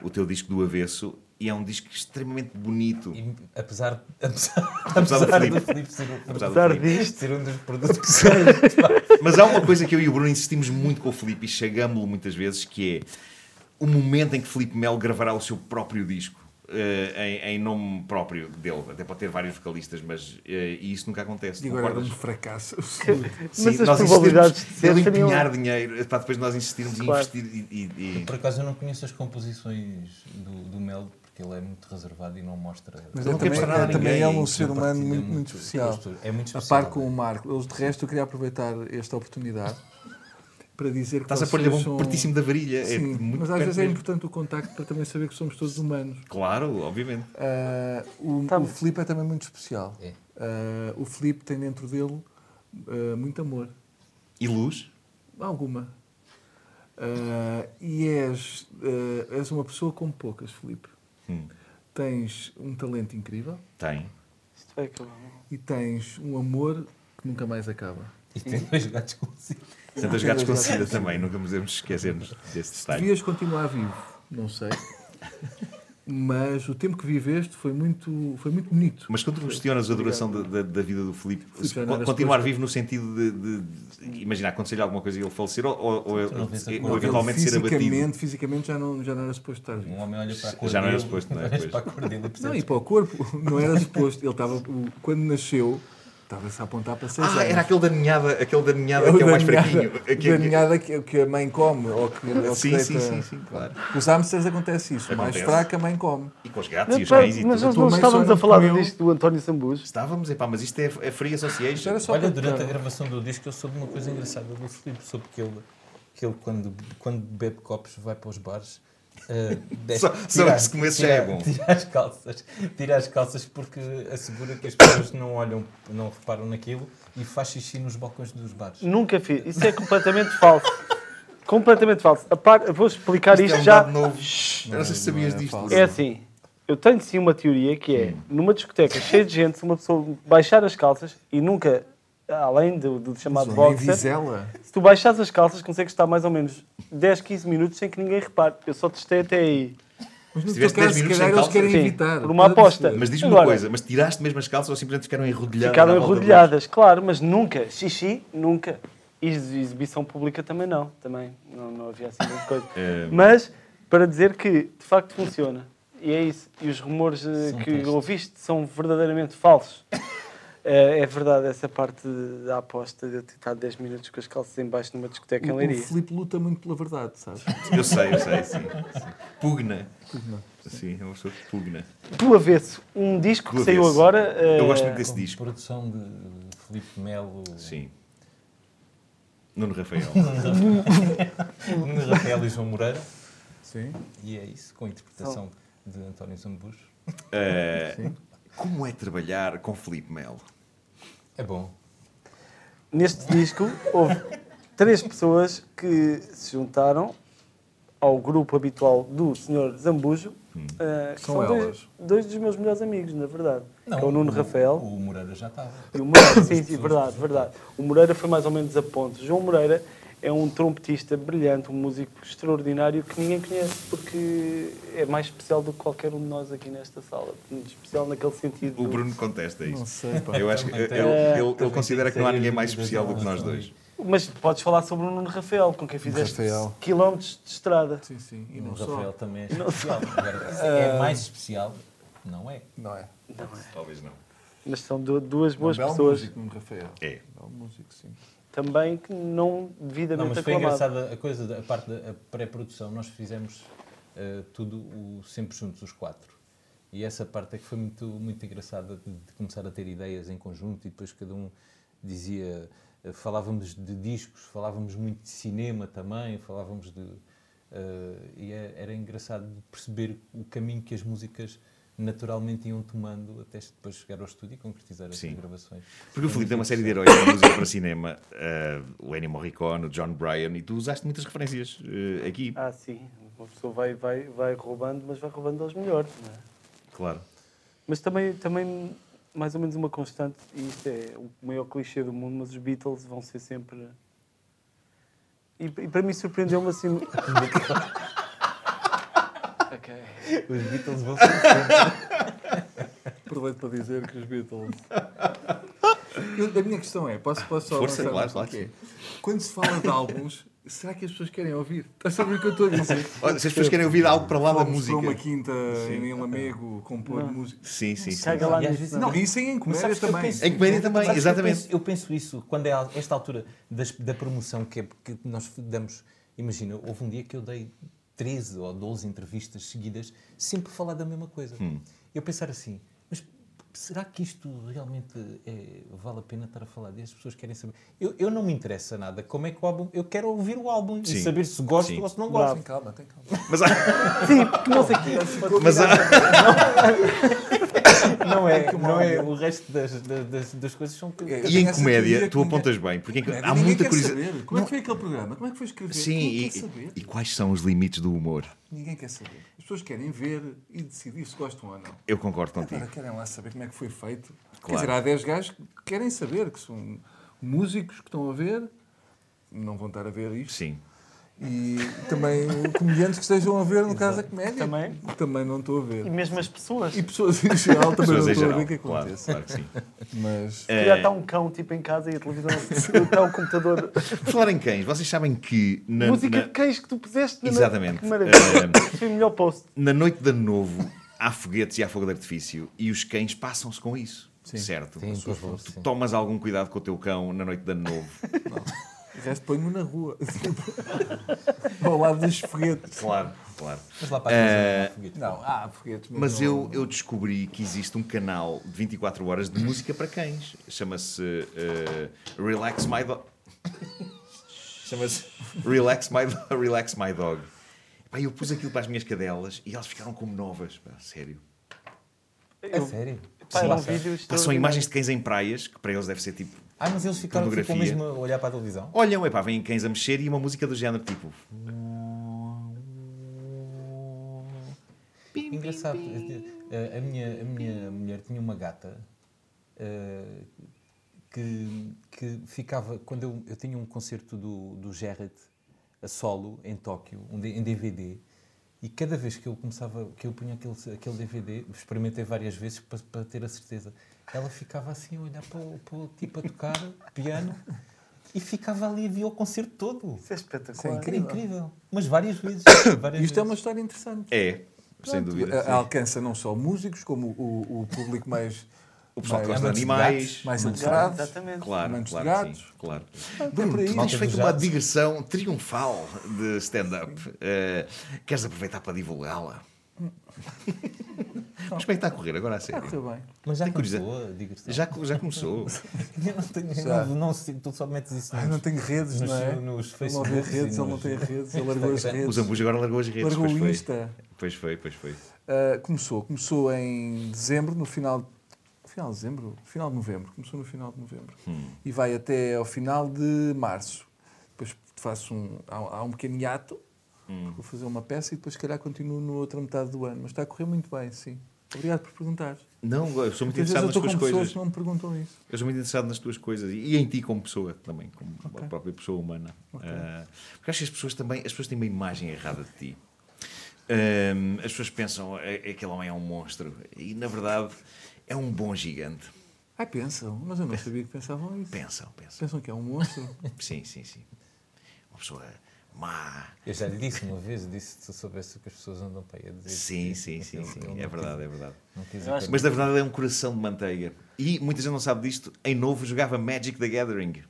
[SPEAKER 2] o teu disco do avesso e é um disco extremamente bonito.
[SPEAKER 4] E apesar, apesar,
[SPEAKER 2] Apesar do
[SPEAKER 4] apesar do
[SPEAKER 2] Filipe.
[SPEAKER 4] Filipe ser, um-
[SPEAKER 2] Apesar do
[SPEAKER 5] Apesar
[SPEAKER 2] Filipe.
[SPEAKER 5] disto.
[SPEAKER 4] ser um dos produtos
[SPEAKER 2] Mas há uma coisa que eu e o Bruno insistimos muito com o Filipe e chagámo-lo muitas vezes, que é o momento em que Filipe Melo gravará o seu próprio disco. eh, em, em nome próprio dele, até pode ter vários vocalistas, mas eh, e isso nunca acontece.
[SPEAKER 3] E agora era um
[SPEAKER 2] concordas?
[SPEAKER 3] fracasso.
[SPEAKER 2] Sim,
[SPEAKER 5] Mas as
[SPEAKER 2] nós
[SPEAKER 5] probabilidades de
[SPEAKER 2] insistirmos,
[SPEAKER 5] ser
[SPEAKER 2] ele
[SPEAKER 5] seriam.
[SPEAKER 2] empenhar dinheiro para depois nós insistirmos
[SPEAKER 5] Claro.
[SPEAKER 2] e
[SPEAKER 3] Então,
[SPEAKER 2] investir e, e- e-
[SPEAKER 4] Por acaso eu não conheço as composições do, do Mel, porque porque ele é muito reservado e não mostra.
[SPEAKER 3] Mas
[SPEAKER 4] não
[SPEAKER 3] é
[SPEAKER 4] quer
[SPEAKER 3] também,
[SPEAKER 4] mostrar a
[SPEAKER 3] é, também
[SPEAKER 4] ninguém,
[SPEAKER 3] é um
[SPEAKER 4] não
[SPEAKER 3] ser humano
[SPEAKER 4] partilha
[SPEAKER 3] muito, muito
[SPEAKER 4] sim,
[SPEAKER 3] especial.
[SPEAKER 4] mas É muito
[SPEAKER 3] A
[SPEAKER 4] especial.
[SPEAKER 3] par com o Marco. Eles, de resto, eu queria aproveitar esta oportunidade para dizer que
[SPEAKER 2] Estás a
[SPEAKER 3] vocês
[SPEAKER 2] pôr-lhe a mão
[SPEAKER 3] são-
[SPEAKER 2] pertíssimo da varilha. é
[SPEAKER 3] Sim,
[SPEAKER 2] muito
[SPEAKER 3] mas às
[SPEAKER 2] perto
[SPEAKER 3] vezes é
[SPEAKER 2] mesmo.
[SPEAKER 3] importante o contacto para também saber que somos todos humanos.
[SPEAKER 2] Claro, obviamente.
[SPEAKER 3] Ah, o,
[SPEAKER 5] Tá
[SPEAKER 3] o
[SPEAKER 5] bom.
[SPEAKER 3] Filipe é também muito especial.
[SPEAKER 4] É.
[SPEAKER 3] Ah, o Filipe tem dentro dele ah, muito amor.
[SPEAKER 2] E luz?
[SPEAKER 3] Alguma. Ah, e és, ah, és uma pessoa como poucas, Filipe.
[SPEAKER 2] Hum,
[SPEAKER 3] Tens um talento incrível
[SPEAKER 2] tem.
[SPEAKER 5] Isto é vai acabar. não?
[SPEAKER 3] e tens um amor que nunca mais acaba.
[SPEAKER 4] E tem dois gatos consigo.
[SPEAKER 2] Santas
[SPEAKER 3] tem
[SPEAKER 2] Gatos
[SPEAKER 3] dois gatos.
[SPEAKER 2] Concida também, nunca podemos esquecermos desse detalhe.
[SPEAKER 3] Devias continuar vivo, não sei. Mas o tempo que viveste foi muito, foi muito bonito.
[SPEAKER 2] Mas quando questionas a duração da, da- da vida do Filipe,
[SPEAKER 3] Filipe já
[SPEAKER 2] se-
[SPEAKER 3] não era
[SPEAKER 2] continuar
[SPEAKER 3] suposto.
[SPEAKER 2] vivo no sentido de, de- de- imaginar acontecer-lhe alguma coisa e ele falecer ou, ou- ou-
[SPEAKER 4] Não, vês a
[SPEAKER 2] ou
[SPEAKER 4] cor.
[SPEAKER 2] eventualmente ser abatido?
[SPEAKER 3] fisicamente, fisicamente já não, já não era suposto estar vivo.
[SPEAKER 4] Um homem olha para a cor
[SPEAKER 2] Já não era
[SPEAKER 4] dele,
[SPEAKER 2] suposto, não é?
[SPEAKER 4] olhas
[SPEAKER 2] Pois.
[SPEAKER 4] para a cor dele e
[SPEAKER 3] Não, e
[SPEAKER 4] percebes.
[SPEAKER 3] para o corpo, não era suposto. Ele estava, o- quando nasceu, estava-se a apontar para é? seis anos.
[SPEAKER 2] Ah, era aquele da ninhada, aquele da ninhada
[SPEAKER 3] o
[SPEAKER 2] que é o mais
[SPEAKER 3] da ninhada-
[SPEAKER 2] fraquinho.
[SPEAKER 3] o da ninhada que, que a mãe come. Ou que, ou que
[SPEAKER 2] Sim,
[SPEAKER 3] deita-
[SPEAKER 2] sim, sim, sim, claro.
[SPEAKER 3] Os hamsters acontece isso. O Mais
[SPEAKER 2] Acontece.
[SPEAKER 3] fraca, a mãe come.
[SPEAKER 2] E com os gatos
[SPEAKER 5] Não,
[SPEAKER 2] e os
[SPEAKER 5] pá,
[SPEAKER 2] cães e
[SPEAKER 5] mas
[SPEAKER 2] tudo.
[SPEAKER 5] nós
[SPEAKER 3] tua
[SPEAKER 5] não
[SPEAKER 3] mãe
[SPEAKER 5] estávamos
[SPEAKER 3] só
[SPEAKER 5] a
[SPEAKER 3] não
[SPEAKER 5] falar
[SPEAKER 3] comeu-
[SPEAKER 5] disto do António Sambus.
[SPEAKER 2] Estávamos, epá, mas isto é a Free Association.
[SPEAKER 3] Era só
[SPEAKER 4] Olha,
[SPEAKER 3] para-
[SPEAKER 4] durante a gravação do disco eu soube uma coisa engraçada do Filipe, soube que ele, que ele quando, quando bebe copos vai para os bares. ah, desce-
[SPEAKER 2] Só- só
[SPEAKER 4] tira-
[SPEAKER 2] esse começo já
[SPEAKER 4] tira-
[SPEAKER 2] é bom.
[SPEAKER 4] Tira as calças, tira as calças porque assegura que as pessoas não olham, não reparam naquilo e faz xixi nos balcões dos bares.
[SPEAKER 5] Nunca fiz. Isso é completamente falso. Completamente falso. A par- vou explicar isto,
[SPEAKER 2] é um
[SPEAKER 5] já.
[SPEAKER 2] dado novo. Eu não sei se sabias disto.
[SPEAKER 3] falso.
[SPEAKER 5] É assim, eu tenho sim uma teoria que é, numa discoteca cheia de gente, se uma pessoa baixar as calças e nunca, além do, do chamado
[SPEAKER 3] Zona em
[SPEAKER 2] é.
[SPEAKER 5] boxer,
[SPEAKER 3] Vizela.
[SPEAKER 5] se tu baixas as calças consegues estar mais ou menos 10, 15 minutos sem que ninguém repare. Eu só testei até aí.
[SPEAKER 3] Mas
[SPEAKER 2] Se
[SPEAKER 3] no teu
[SPEAKER 2] tivesse 10
[SPEAKER 3] caso, se
[SPEAKER 2] minutos
[SPEAKER 3] calhar
[SPEAKER 2] sem
[SPEAKER 3] eles
[SPEAKER 2] calças,
[SPEAKER 3] querem
[SPEAKER 5] sim,
[SPEAKER 3] evitar.
[SPEAKER 5] por uma
[SPEAKER 3] Estás a
[SPEAKER 5] aposta.
[SPEAKER 3] perceber?
[SPEAKER 2] Mas diz-me uma
[SPEAKER 5] Agora-
[SPEAKER 2] coisa, mas tiraste mesmo as calças ou simplesmente ficaram enrodilhadas? à
[SPEAKER 5] Ficaram
[SPEAKER 2] volta do-
[SPEAKER 5] rodeadas, claro, mas nunca. Xixi, nunca. E ex- exibição pública também não. Também não, não havia assim muita coisa.
[SPEAKER 2] É.
[SPEAKER 5] Mas, para dizer que, de facto, funciona. E é isso. E os rumores eh,
[SPEAKER 4] São
[SPEAKER 5] que
[SPEAKER 4] testes.
[SPEAKER 5] ouviste são verdadeiramente falsos. É, é verdade essa parte da aposta de eu ter estado 10 minutos com as calças em baixo numa discoteca em
[SPEAKER 3] O, o
[SPEAKER 5] Leiria.
[SPEAKER 3] Filipe luta muito pela verdade, sabes?
[SPEAKER 2] Eu sei, eu sei, sim. sim. Pugna. Sim, é uma pessoa que pugna.
[SPEAKER 5] Do avesso, um disco
[SPEAKER 2] Do
[SPEAKER 5] que saiu
[SPEAKER 2] avesso.
[SPEAKER 5] agora...
[SPEAKER 2] Eu
[SPEAKER 5] eh,
[SPEAKER 2] gosto muito desse
[SPEAKER 4] Como
[SPEAKER 2] disco.
[SPEAKER 4] Produção de Filipe Melo.
[SPEAKER 2] Sim. Nuno Rafael.
[SPEAKER 4] Nuno Rafael e João Moreira.
[SPEAKER 3] Sim.
[SPEAKER 4] E é isso, com a interpretação de António Zambus.
[SPEAKER 2] Eh, como é trabalhar com Filipe Melo?
[SPEAKER 4] É bom.
[SPEAKER 5] Neste disco houve três pessoas que se juntaram ao grupo habitual do Sr. Zambujo. eh, que
[SPEAKER 3] São
[SPEAKER 5] dois,
[SPEAKER 3] elas.
[SPEAKER 5] dois dos meus melhores amigos, na verdade. que é o Nuno Rafael
[SPEAKER 4] O Moreira já estava.
[SPEAKER 5] e o Moreira. sim, sim, verdade, verdade. O Moreira foi mais ou menos a ponto. João Moreira é um trompetista brilhante, um músico extraordinário que ninguém conhece porque é mais especial do que qualquer um de nós aqui nesta sala. Especial naquele sentido.
[SPEAKER 2] O
[SPEAKER 5] do-
[SPEAKER 2] Bruno contesta
[SPEAKER 3] Não
[SPEAKER 2] isso.
[SPEAKER 3] sei, pá.
[SPEAKER 2] Eu acho que ele, ele- ele considera que não há ninguém mais especial do que nós dois.
[SPEAKER 5] Mas podes falar sobre o Nuno Rafael, com quem fizeste
[SPEAKER 3] Rafael.
[SPEAKER 5] quilómetros de estrada.
[SPEAKER 3] Sim, sim. E
[SPEAKER 4] O
[SPEAKER 3] não
[SPEAKER 4] Rafael
[SPEAKER 3] só. Ah.
[SPEAKER 4] também é especial. Agora, se é mais especial, não é?
[SPEAKER 3] Não é.
[SPEAKER 5] Não é.
[SPEAKER 2] Talvez não.
[SPEAKER 5] Mas são du- duas boas
[SPEAKER 3] é um belo
[SPEAKER 5] pessoas
[SPEAKER 3] músico, um Rafael.
[SPEAKER 2] É.
[SPEAKER 3] Belo músico, sim.
[SPEAKER 5] também que não
[SPEAKER 4] Não,
[SPEAKER 5] devidamente
[SPEAKER 4] mas foi
[SPEAKER 5] aclamadas.
[SPEAKER 4] engraçada a coisa, da- a parte da a pré-produção, nós fizemos eh, tudo o- sempre juntos, os quatro. E essa parte é que foi muito, muito engraçada de, de começar a ter ideias em conjunto e depois cada um dizia. eh, Falávamos de discos, falávamos muito de cinema também, falávamos de. eh, e é- era engraçado de perceber o caminho que as músicas naturalmente iam tomando até depois chegar ao estúdio e concretizar as
[SPEAKER 2] Sim.
[SPEAKER 4] gravações.
[SPEAKER 2] Porque o Filipe tem uma série de heróis da música para cinema. eh, o Ennio Morricone, o John Bryan, e tu usaste muitas referências eh, aqui,
[SPEAKER 5] Ah, sim. Uma pessoa vai, vai, vai roubando, mas vai roubando aos melhores. Não é?
[SPEAKER 2] claro.
[SPEAKER 5] Mas também, também, mais ou menos uma constante, e isto é o maior clichê do mundo, mas os Beatles vão ser sempre... E, e para mim surpreendeu-me assim... ok.
[SPEAKER 4] Os Beatles vão ser.
[SPEAKER 3] Aproveito para dizer que os Beatles. Eu- a minha questão é: posso, posso só
[SPEAKER 2] Força,
[SPEAKER 3] avançar
[SPEAKER 2] claro, claro.
[SPEAKER 3] mais um quê? Quando se fala de álbuns, será que as pessoas querem ouvir? Estás a saber o que eu estou a dizer?
[SPEAKER 2] Olha, se as pessoas querem ouvir algo para lá da
[SPEAKER 3] Fomos para uma
[SPEAKER 2] música.
[SPEAKER 3] quinta em Lamego compor
[SPEAKER 5] Não.
[SPEAKER 3] música.
[SPEAKER 2] Sim, sim, sim.
[SPEAKER 5] Caga lá
[SPEAKER 4] E às
[SPEAKER 5] nisso.
[SPEAKER 4] vezes-
[SPEAKER 5] não.
[SPEAKER 3] Não, isso é em
[SPEAKER 4] Mas
[SPEAKER 3] comédia
[SPEAKER 4] sabes que eu
[SPEAKER 3] também.
[SPEAKER 4] penso-
[SPEAKER 2] Em comédia também,
[SPEAKER 4] sabes que
[SPEAKER 2] exatamente.
[SPEAKER 4] Eu penso, eu penso isso quando é a- esta altura das- da promoção que, é, que nós damos. Imagina, houve um dia que eu dei 13 ou 12 entrevistas seguidas, sempre falar da mesma coisa.
[SPEAKER 2] Hum.
[SPEAKER 4] Eu pensar assim, mas será que isto realmente é- vale a pena estar a falar disso? As pessoas querem saber. Eu, eu não me interessa nada como é que o álbum. Eu quero ouvir o álbum
[SPEAKER 2] Sim.
[SPEAKER 4] e saber se gosto
[SPEAKER 2] Sim.
[SPEAKER 4] ou se não gosto.
[SPEAKER 3] Tem calma, tem calma.
[SPEAKER 2] Mas há,
[SPEAKER 5] Sim, porque não sei o quê.
[SPEAKER 2] mas há-
[SPEAKER 4] Não é, não é o resto das, das, das coisas são.
[SPEAKER 3] É, eu
[SPEAKER 2] E
[SPEAKER 3] tenho
[SPEAKER 2] em
[SPEAKER 3] essa
[SPEAKER 2] comédia,
[SPEAKER 3] teoria
[SPEAKER 2] tu
[SPEAKER 3] que ninguém-
[SPEAKER 2] apontas bem, porque em-
[SPEAKER 3] Comédia,
[SPEAKER 2] há
[SPEAKER 3] ninguém
[SPEAKER 2] muita
[SPEAKER 3] quer
[SPEAKER 2] curiosidade.
[SPEAKER 3] saber. Como é que foi aquele programa? Como é que foi escrever?
[SPEAKER 2] Sim,
[SPEAKER 3] ninguém
[SPEAKER 2] e,
[SPEAKER 3] quer saber.
[SPEAKER 2] e quais são os limites do humor?
[SPEAKER 3] Ninguém quer saber. As pessoas querem ver e decidir se gostam ou não.
[SPEAKER 2] Eu concordo
[SPEAKER 3] Agora
[SPEAKER 2] contigo.
[SPEAKER 3] querem lá saber como é que foi feito. Quer
[SPEAKER 2] Claro.
[SPEAKER 3] dizer, há 10 gajos que querem saber, que são músicos que estão a ver, não vão estar a ver isto.
[SPEAKER 2] Sim.
[SPEAKER 3] E também comediantes que estejam a ver, no caso da comédia.
[SPEAKER 5] Também.
[SPEAKER 3] Também não estou a ver.
[SPEAKER 5] E mesmo as pessoas.
[SPEAKER 3] E pessoas em geral também
[SPEAKER 2] Pessoas
[SPEAKER 3] não
[SPEAKER 2] em
[SPEAKER 3] estou a
[SPEAKER 2] geral.
[SPEAKER 3] ver o que é
[SPEAKER 2] Claro,
[SPEAKER 3] acontece.
[SPEAKER 2] claro que sim.
[SPEAKER 3] Mas
[SPEAKER 4] É.
[SPEAKER 5] Se calhar está um cão tipo em casa e a televisão está o computador.
[SPEAKER 2] Por falar em cães, vocês sabem que na,
[SPEAKER 5] Música de
[SPEAKER 2] na,
[SPEAKER 5] cães que tu puseste. na-
[SPEAKER 2] Exatamente.
[SPEAKER 5] Que maravilha.
[SPEAKER 2] Eh,
[SPEAKER 4] É.
[SPEAKER 5] Foi o melhor post.
[SPEAKER 2] na noite de ano novo há foguetes e há fogo de artifício e os cães passam-se com isso. Certo?
[SPEAKER 4] Sim,
[SPEAKER 2] As pessoas-
[SPEAKER 4] por favor,
[SPEAKER 2] tu
[SPEAKER 4] sim.
[SPEAKER 2] tomas algum cuidado com o teu cão na noite de ano novo.
[SPEAKER 3] o resto ponho na rua. Ao lado dos foguetes.
[SPEAKER 2] claro, claro.
[SPEAKER 4] Mas lá para a casa não há foguete.
[SPEAKER 3] Não, há foguetes.
[SPEAKER 2] Mas
[SPEAKER 3] não-
[SPEAKER 2] eu, eu descobri que existe um canal de 24 horas de música para cães. Chama-se eh, Relax My Dog. Chama-se Relax My, Do- Relax My Dog. Pá, eu pus aquilo para as minhas cadelas e elas ficaram como novas. Pá, sério.
[SPEAKER 4] É
[SPEAKER 5] Eu-
[SPEAKER 4] sério.
[SPEAKER 5] Pá,
[SPEAKER 4] Sim.
[SPEAKER 5] era um vídeo
[SPEAKER 2] Pá, são imagens de cães em praias, que para eles deve ser tipo.
[SPEAKER 4] Ah, mas eles ficaram ficam
[SPEAKER 2] Pornografia.
[SPEAKER 4] mesmo a olhar para a televisão?
[SPEAKER 2] Olham, epá, vêm cães a mexer e uma música do género tipo.
[SPEAKER 4] Engraçado. eh, A minha, a minha mulher tinha uma gata eh, que, que ficava. Quando eu, eu tinha um concerto do, do Gerrit a solo em Tóquio, um D- em DVD, e cada vez que eu começava, que eu punha aquele, aquele DVD, experimentei várias vezes para, para ter a certeza, ela ficava assim a olhar para o, para o tipo a tocar piano e ficava ali e via o concerto todo.
[SPEAKER 5] Isso é
[SPEAKER 3] Sim,
[SPEAKER 5] espetacular.
[SPEAKER 4] Era
[SPEAKER 3] incrível.
[SPEAKER 4] incrível. Mas várias vezes. várias
[SPEAKER 3] Isto é
[SPEAKER 4] vezes.
[SPEAKER 3] uma história interessante.
[SPEAKER 2] É, sem dúvida.
[SPEAKER 3] A- Alcança não só músicos, como o, o público mais.
[SPEAKER 2] O pessoal que
[SPEAKER 3] mais-
[SPEAKER 2] gosta de animais.
[SPEAKER 3] Mais
[SPEAKER 5] Ah,
[SPEAKER 3] alterados.
[SPEAKER 5] Exatamente.
[SPEAKER 2] Claro,
[SPEAKER 3] Amantes de
[SPEAKER 2] claro, que sim,
[SPEAKER 3] gatos.
[SPEAKER 2] claro.
[SPEAKER 3] por aí.
[SPEAKER 2] Bruno, tu tens
[SPEAKER 4] Malta
[SPEAKER 2] feito
[SPEAKER 4] do
[SPEAKER 2] uma
[SPEAKER 4] jazz.
[SPEAKER 2] digressão triunfal de stand-up. Eh, queres aproveitar para divulgá-la?
[SPEAKER 3] Hum.
[SPEAKER 2] Mas como é que está a correr agora a sério?
[SPEAKER 3] Correu bem.
[SPEAKER 4] Mas já
[SPEAKER 2] Tem curiosidade.
[SPEAKER 4] começou a
[SPEAKER 3] Ah,
[SPEAKER 4] digressão.
[SPEAKER 2] Já, co- já começou.
[SPEAKER 4] Eu não tenho. eu
[SPEAKER 3] Já.
[SPEAKER 4] Não, não, sei, tu só metes isso
[SPEAKER 3] Eu
[SPEAKER 4] nos-
[SPEAKER 3] não tenho redes,
[SPEAKER 4] nos-
[SPEAKER 3] não é?
[SPEAKER 4] nos
[SPEAKER 3] ele não vê
[SPEAKER 4] Facebooks e
[SPEAKER 3] redes, ele não
[SPEAKER 4] nos-
[SPEAKER 3] tem redes, ele largou as
[SPEAKER 2] O
[SPEAKER 3] redes.
[SPEAKER 2] Zambujo agora largou as redes.
[SPEAKER 3] Largou
[SPEAKER 2] pois
[SPEAKER 3] o
[SPEAKER 2] foi.
[SPEAKER 3] Insta.
[SPEAKER 2] Pois foi, pois foi.
[SPEAKER 3] Uh, começou, começou em dezembro, no final, final de dezembro, final de novembro, começou no final de novembro
[SPEAKER 2] Hum.
[SPEAKER 3] e vai até ao final de março. Depois faço um, há, há um pequeno hiato,
[SPEAKER 2] Hum.
[SPEAKER 3] vou fazer uma peça e depois se calhar continuo na outra metade do ano. Mas está a correr muito bem, sim. Obrigado por perguntar.
[SPEAKER 2] Não, eu sou muito
[SPEAKER 3] Muitas vezes
[SPEAKER 2] interessado
[SPEAKER 3] eu
[SPEAKER 2] nas
[SPEAKER 3] estou
[SPEAKER 2] tuas
[SPEAKER 3] com pessoas
[SPEAKER 2] coisas.
[SPEAKER 3] que não me perguntam isso.
[SPEAKER 2] Eu sou muito interessado nas tuas coisas e e em ti como pessoa também, como a própria pessoa humana. Ah, porque acho que as pessoas também as pessoas têm uma imagem errada de ti. Ahm, as pessoas pensam "A- aquele homem é um monstro e na verdade é um bom gigante.
[SPEAKER 3] Ai, Ah, pensam, mas eu não sabia que pensavam isso.
[SPEAKER 2] Pensam, pensam.
[SPEAKER 3] Pensam que é um monstro.
[SPEAKER 2] Sim, sim, sim. Uma pessoa má.
[SPEAKER 4] Eu já lhe disse uma vez, disse se eu soubesse o que as pessoas andam para aí a dizer.
[SPEAKER 2] Sim, sim,
[SPEAKER 4] Ele-
[SPEAKER 2] sim, sim.
[SPEAKER 4] ele
[SPEAKER 2] É
[SPEAKER 4] não
[SPEAKER 2] verdade, é verdade.
[SPEAKER 4] quis- Não quis
[SPEAKER 5] Eu acho
[SPEAKER 2] Mas na verdade é um coração de manteiga. E muita gente não sabe disto. Em novo jogava Magic the Gathering.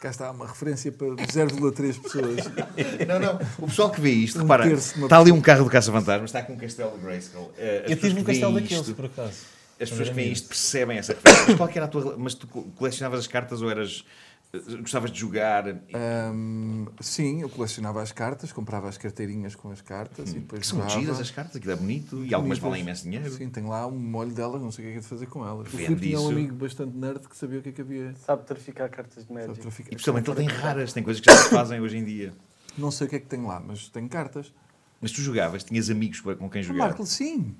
[SPEAKER 3] Cá está uma referência para 0,3 pessoas.
[SPEAKER 2] Não, não. O pessoal que vê isto,
[SPEAKER 3] Um
[SPEAKER 2] repara,
[SPEAKER 3] terço de uma
[SPEAKER 2] está ali um carro do caça-fantasmas, está aqui um castelo do Grayskull. Eh, as
[SPEAKER 4] Eu
[SPEAKER 2] pessoas
[SPEAKER 4] tive um
[SPEAKER 2] que veem
[SPEAKER 4] castelo daqueles,
[SPEAKER 2] isto-
[SPEAKER 4] por acaso.
[SPEAKER 2] As pessoas que
[SPEAKER 4] Quando era
[SPEAKER 2] veem
[SPEAKER 4] miúdo.
[SPEAKER 2] isto percebem essa referência. Mas qual que era a tua... rela- Mas tu co- colecionavas as cartas ou eras... eh, Gostavas de jogar?
[SPEAKER 3] Ah, Ahm, sim, eu colecionava as cartas, comprava as carteirinhas com as cartas e depois
[SPEAKER 2] Hum, Que são
[SPEAKER 3] jogava.
[SPEAKER 2] giras as cartas, aquilo é bonito e algumas
[SPEAKER 3] Bonitas.
[SPEAKER 2] valem imenso dinheiro.
[SPEAKER 3] Sim, tenho lá um molho delas, não sei o que é que é de fazer com elas. O
[SPEAKER 2] Vende
[SPEAKER 3] Filipe tinha um
[SPEAKER 2] isso.
[SPEAKER 3] amigo bastante nerd que sabia o que é que havia.
[SPEAKER 5] Sabe traficar cartas de
[SPEAKER 3] Sabe,
[SPEAKER 5] Magic.
[SPEAKER 2] E
[SPEAKER 3] traficar-
[SPEAKER 2] principalmente ele tem raras, tem coisas que já se fazem hoje em dia.
[SPEAKER 3] Não sei o que é que tenho lá, mas tenho cartas.
[SPEAKER 2] Mas tu jogavas, tinhas amigos com
[SPEAKER 3] Ah,
[SPEAKER 2] com quem jogar.
[SPEAKER 3] Marco, sim.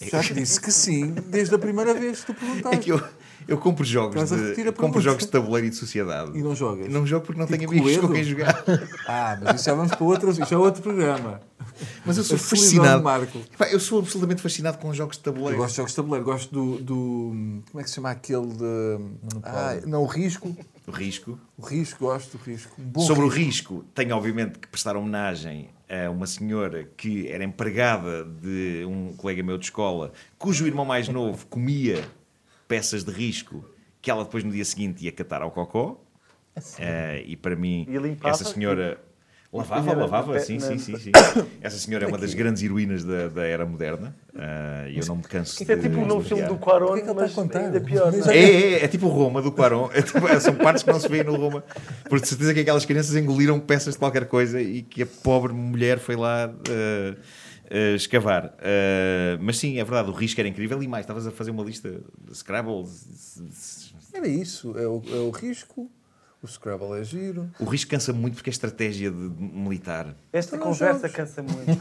[SPEAKER 3] Já te disse que sim, desde a primeira vez que tu
[SPEAKER 2] É
[SPEAKER 3] perguntaste.
[SPEAKER 2] que eu, eu compro jogos
[SPEAKER 3] Estás a
[SPEAKER 2] de
[SPEAKER 3] repetir a
[SPEAKER 2] compro
[SPEAKER 3] pergunta.
[SPEAKER 2] jogos de tabuleiro e de sociedade.
[SPEAKER 3] E não jogas?
[SPEAKER 2] Não jogo porque não
[SPEAKER 3] Tipo
[SPEAKER 2] tenho amigos com
[SPEAKER 3] Cluedo?
[SPEAKER 2] quem jogar.
[SPEAKER 3] Ah, mas isso já vamos para outras, isso é outro programa.
[SPEAKER 2] Mas eu sou
[SPEAKER 3] A solidão
[SPEAKER 2] fascinado.
[SPEAKER 3] de Marco.
[SPEAKER 2] Epá, eu sou absolutamente fascinado com jogos de
[SPEAKER 3] Eu
[SPEAKER 2] tabuleiro.
[SPEAKER 3] gosto de jogos de tabuleiro, gosto do, do- Como é que se chama aquele de. Ah, não, o risco.
[SPEAKER 2] O risco.
[SPEAKER 3] O risco, gosto do risco. Um bom
[SPEAKER 2] Sobre
[SPEAKER 3] risco.
[SPEAKER 2] o risco, tenho obviamente que prestar homenagem a uma senhora que era empregada de um colega meu de escola, cujo irmão mais novo comia peças de risco que ela depois no dia seguinte ia catar ao cocó. Eh, e para mim,
[SPEAKER 5] E limpava?
[SPEAKER 2] essa senhora Lavava,
[SPEAKER 5] punha na-
[SPEAKER 2] lavava,
[SPEAKER 5] na-
[SPEAKER 2] sim,
[SPEAKER 5] na-
[SPEAKER 2] sim, sim, sim. Essa senhora é uma das grandes heroínas da, da era moderna ah, e eu não me canso
[SPEAKER 5] Isto é
[SPEAKER 2] de
[SPEAKER 5] tipo o novo
[SPEAKER 2] de
[SPEAKER 5] filme
[SPEAKER 2] odiar.
[SPEAKER 5] do Quaron,
[SPEAKER 3] O que é que ele
[SPEAKER 5] mas
[SPEAKER 3] está a contar?
[SPEAKER 5] ainda pior. não
[SPEAKER 2] É,
[SPEAKER 5] é?
[SPEAKER 2] é, é, é tipo o Roma do Quaron. É tipo- são partes que não se vêem no Roma. Por de certeza que aquelas crianças engoliram peças de qualquer coisa e que a pobre mulher foi lá eh, eh, escavar. Eh, mas sim, é verdade, o risco era incrível e mais. Estavas a fazer uma lista de Scrabble.
[SPEAKER 3] Era isso. É o, é o risco, o Scrabble é giro.
[SPEAKER 2] O risco cansa muito porque é estratégia de militar.
[SPEAKER 5] Esta
[SPEAKER 3] Então não
[SPEAKER 5] conversa
[SPEAKER 3] jogues.
[SPEAKER 5] cansa muito.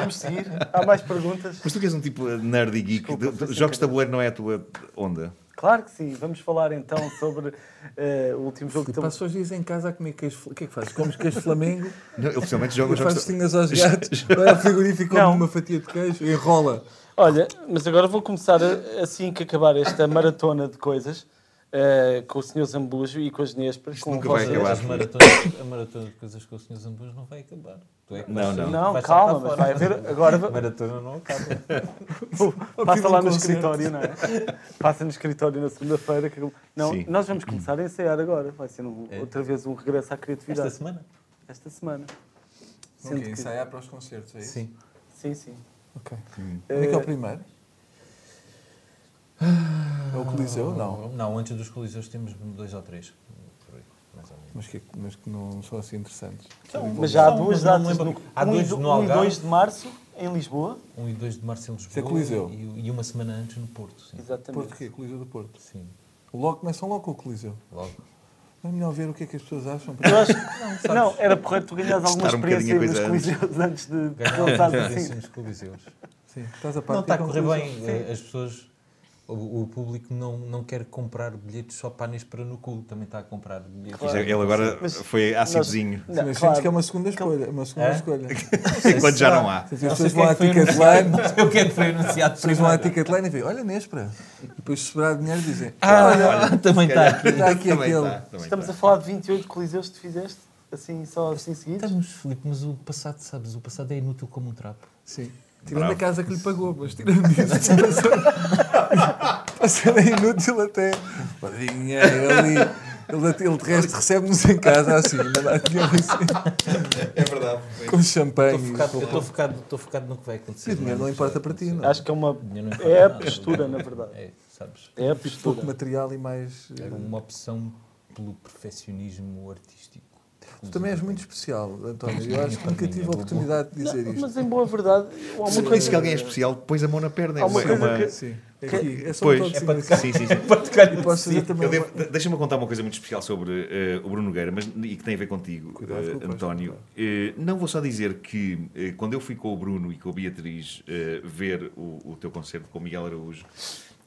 [SPEAKER 5] Vamos seguir. Há mais perguntas?
[SPEAKER 2] Mas tu que és um tipo nerd e geek,
[SPEAKER 5] Desculpa,
[SPEAKER 2] tu- tu-
[SPEAKER 5] foi sem
[SPEAKER 2] jogos de
[SPEAKER 5] querer.
[SPEAKER 2] tabuleiro não é a tua onda.
[SPEAKER 5] Claro que sim. Vamos falar então sobre eh, o último jogo
[SPEAKER 3] E
[SPEAKER 5] que estamos
[SPEAKER 3] passas os dias em casa a comer queijo. fla- O que é que fazes? Comes queijo Flamengo
[SPEAKER 2] Não, ele especialmente
[SPEAKER 3] e
[SPEAKER 2] joga jogos
[SPEAKER 3] faz
[SPEAKER 2] de
[SPEAKER 3] tinhas aos gatos. Vai ao frigorífico, come
[SPEAKER 5] Não.
[SPEAKER 3] uma fatia de queijo, enrola.
[SPEAKER 5] Olha, mas agora vou começar a- assim que acabar esta maratona de coisas eh, com o Sr. Zambujo e com as Nespras. Com
[SPEAKER 2] nunca vai
[SPEAKER 5] vocês.
[SPEAKER 2] acabar.
[SPEAKER 4] As maratonas- a maratona de coisas com o Sr. Zambujo não vai acabar. Tu é que vais
[SPEAKER 2] Não,
[SPEAKER 4] sair,
[SPEAKER 2] não.
[SPEAKER 5] Não,
[SPEAKER 4] vais
[SPEAKER 5] calma,
[SPEAKER 4] saltar
[SPEAKER 5] mas
[SPEAKER 4] fora.
[SPEAKER 5] vai haver- agora-
[SPEAKER 4] A maratona não acaba.
[SPEAKER 5] Passa
[SPEAKER 3] Ao
[SPEAKER 5] lá
[SPEAKER 3] fim
[SPEAKER 5] no
[SPEAKER 3] do concerto.
[SPEAKER 5] escritório, não é? um Passa no escritório na segunda-feira. que- Não,
[SPEAKER 2] Sim.
[SPEAKER 5] nós vamos começar a ensaiar agora. Vai ser um-
[SPEAKER 4] É.
[SPEAKER 5] outra vez um regresso à
[SPEAKER 4] Esta
[SPEAKER 5] criatividade esta,
[SPEAKER 4] semana?
[SPEAKER 5] semana. Sendo
[SPEAKER 3] Ok,
[SPEAKER 5] que-
[SPEAKER 3] ensaiar para os concertos, é isso?
[SPEAKER 4] Sim.
[SPEAKER 5] Sim, sim.
[SPEAKER 3] Ok. Onde é que é o
[SPEAKER 5] Eh,
[SPEAKER 3] primeiro? É o Coliseu? Não.
[SPEAKER 4] Um, Não, antes dos coliseus temos dois ou três. Por aí, mais ou menos.
[SPEAKER 3] Mas que, mas que não são assim interessantes.
[SPEAKER 5] mas já há
[SPEAKER 4] Não,
[SPEAKER 5] duas
[SPEAKER 4] mas não me
[SPEAKER 5] datas.
[SPEAKER 4] lembro.
[SPEAKER 5] No,
[SPEAKER 4] Há
[SPEAKER 5] um, e
[SPEAKER 4] dois
[SPEAKER 5] do-
[SPEAKER 4] no
[SPEAKER 5] um e
[SPEAKER 4] Algarve.
[SPEAKER 5] 2 de março em Lisboa.
[SPEAKER 4] 1 e 2 de março em
[SPEAKER 3] é
[SPEAKER 4] Lisboa
[SPEAKER 3] Coliseu.
[SPEAKER 4] E, e uma semana antes no Porto. Sim.
[SPEAKER 5] Exatamente.
[SPEAKER 3] Porto quê? Coliseu do Porto.
[SPEAKER 4] Sim,
[SPEAKER 3] Logo, começam logo com o Coliseu.
[SPEAKER 4] logo.
[SPEAKER 3] É melhor ver o que é que as pessoas acham.
[SPEAKER 5] Eu acho não, era porreiro tu ganhares alguma
[SPEAKER 2] Testar um
[SPEAKER 5] experiência
[SPEAKER 2] bocadinho a
[SPEAKER 5] nos
[SPEAKER 2] coisa
[SPEAKER 5] coliseus antes de
[SPEAKER 4] Ganhar
[SPEAKER 5] lançares
[SPEAKER 4] uma experiência
[SPEAKER 5] assim.
[SPEAKER 4] nos coliseus.
[SPEAKER 3] Sim, estás a
[SPEAKER 4] Não
[SPEAKER 3] partir
[SPEAKER 4] está a
[SPEAKER 3] com o
[SPEAKER 4] correr
[SPEAKER 3] Coliseu. É,
[SPEAKER 4] bem. eh, As pessoas, o, o público não, não quer comprar bilhetes só para a Nespera no cu. Também está a comprar bilhetes.
[SPEAKER 5] Claro.
[SPEAKER 2] Ele agora
[SPEAKER 5] Mas
[SPEAKER 2] foi ácidozinho.
[SPEAKER 3] Sim,
[SPEAKER 5] Não,
[SPEAKER 3] mas
[SPEAKER 5] claro.
[SPEAKER 3] sentes que é uma segunda escolha. Uma segunda
[SPEAKER 4] É?
[SPEAKER 3] escolha.
[SPEAKER 2] Enquanto é já não há.
[SPEAKER 3] As
[SPEAKER 4] Não sei
[SPEAKER 3] pessoas
[SPEAKER 4] quem
[SPEAKER 3] vão
[SPEAKER 4] é
[SPEAKER 3] à
[SPEAKER 4] que foi
[SPEAKER 3] Ticketline.
[SPEAKER 4] anunciado- O que é que foi anunciado
[SPEAKER 3] As pessoas vão à
[SPEAKER 4] primeiro?
[SPEAKER 3] Ticketline e veem, olha Nespra. E depois se sobrar dinheiro dizem,
[SPEAKER 4] Ah, também está aqui.
[SPEAKER 3] está aqui
[SPEAKER 2] Também
[SPEAKER 3] aquele.
[SPEAKER 2] está, também
[SPEAKER 5] Estamos
[SPEAKER 2] está.
[SPEAKER 5] a falar de 28 coliseus que tu fizeste, assim, só assim seguidos.
[SPEAKER 4] Estamos, Filipe, Então, mas o passado, sabes, o passado é inútil como um trapo.
[SPEAKER 3] Sim. Tirando
[SPEAKER 2] Bravo.
[SPEAKER 3] a casa que lhe pagou, mas tirando isso, passou- passou é inútil até. Pô, Dinheiro ali. Ele, ele de resto recebe-nos em casa assim, manda lá dinheiro assim,
[SPEAKER 2] É verdade.
[SPEAKER 3] com champanhe.
[SPEAKER 4] Estou focado, eu estou focado, estou focado no que vai acontecer. é?
[SPEAKER 3] O É dinheiro não importa para ti, não.
[SPEAKER 5] Acho que é uma.
[SPEAKER 4] Dinheiro não importa
[SPEAKER 5] É a
[SPEAKER 4] nada.
[SPEAKER 5] postura, na verdade.
[SPEAKER 4] É, sabes?
[SPEAKER 5] É a
[SPEAKER 3] pouco
[SPEAKER 5] postura.
[SPEAKER 3] material e mais. eh,
[SPEAKER 4] É uma opção pelo perfeccionismo artístico.
[SPEAKER 3] Tu também és muito especial, António. Eu acho que nunca
[SPEAKER 4] é
[SPEAKER 3] tive a oportunidade de dizer isto.
[SPEAKER 5] Mas em boa verdade, há
[SPEAKER 2] Se
[SPEAKER 5] uma
[SPEAKER 2] tu dizes
[SPEAKER 5] coisa.
[SPEAKER 2] que alguém é especial, pões a mão na perna. É
[SPEAKER 5] Há
[SPEAKER 2] uma,
[SPEAKER 5] uma
[SPEAKER 2] é
[SPEAKER 5] coisa
[SPEAKER 2] uma-
[SPEAKER 5] que-
[SPEAKER 3] Sim. É,
[SPEAKER 5] Que-
[SPEAKER 3] aqui, é só
[SPEAKER 2] Pois,
[SPEAKER 3] um toque
[SPEAKER 2] é
[SPEAKER 3] de
[SPEAKER 2] para Sim,
[SPEAKER 3] silêncio.
[SPEAKER 2] sim, sim.
[SPEAKER 3] E posso fazer também.
[SPEAKER 2] Eu
[SPEAKER 3] uma-
[SPEAKER 2] devo- de- Deixa-me contar uma coisa muito especial sobre eh, o Bruno Nogueira, mas, e que tem a ver contigo,
[SPEAKER 3] Cuidado
[SPEAKER 2] eh,
[SPEAKER 3] com o coisa,
[SPEAKER 2] António. Eh, não vou só dizer que eh, quando eu fui com o Bruno e com a Beatriz eh, ver o, o teu concerto com o Miguel Araújo,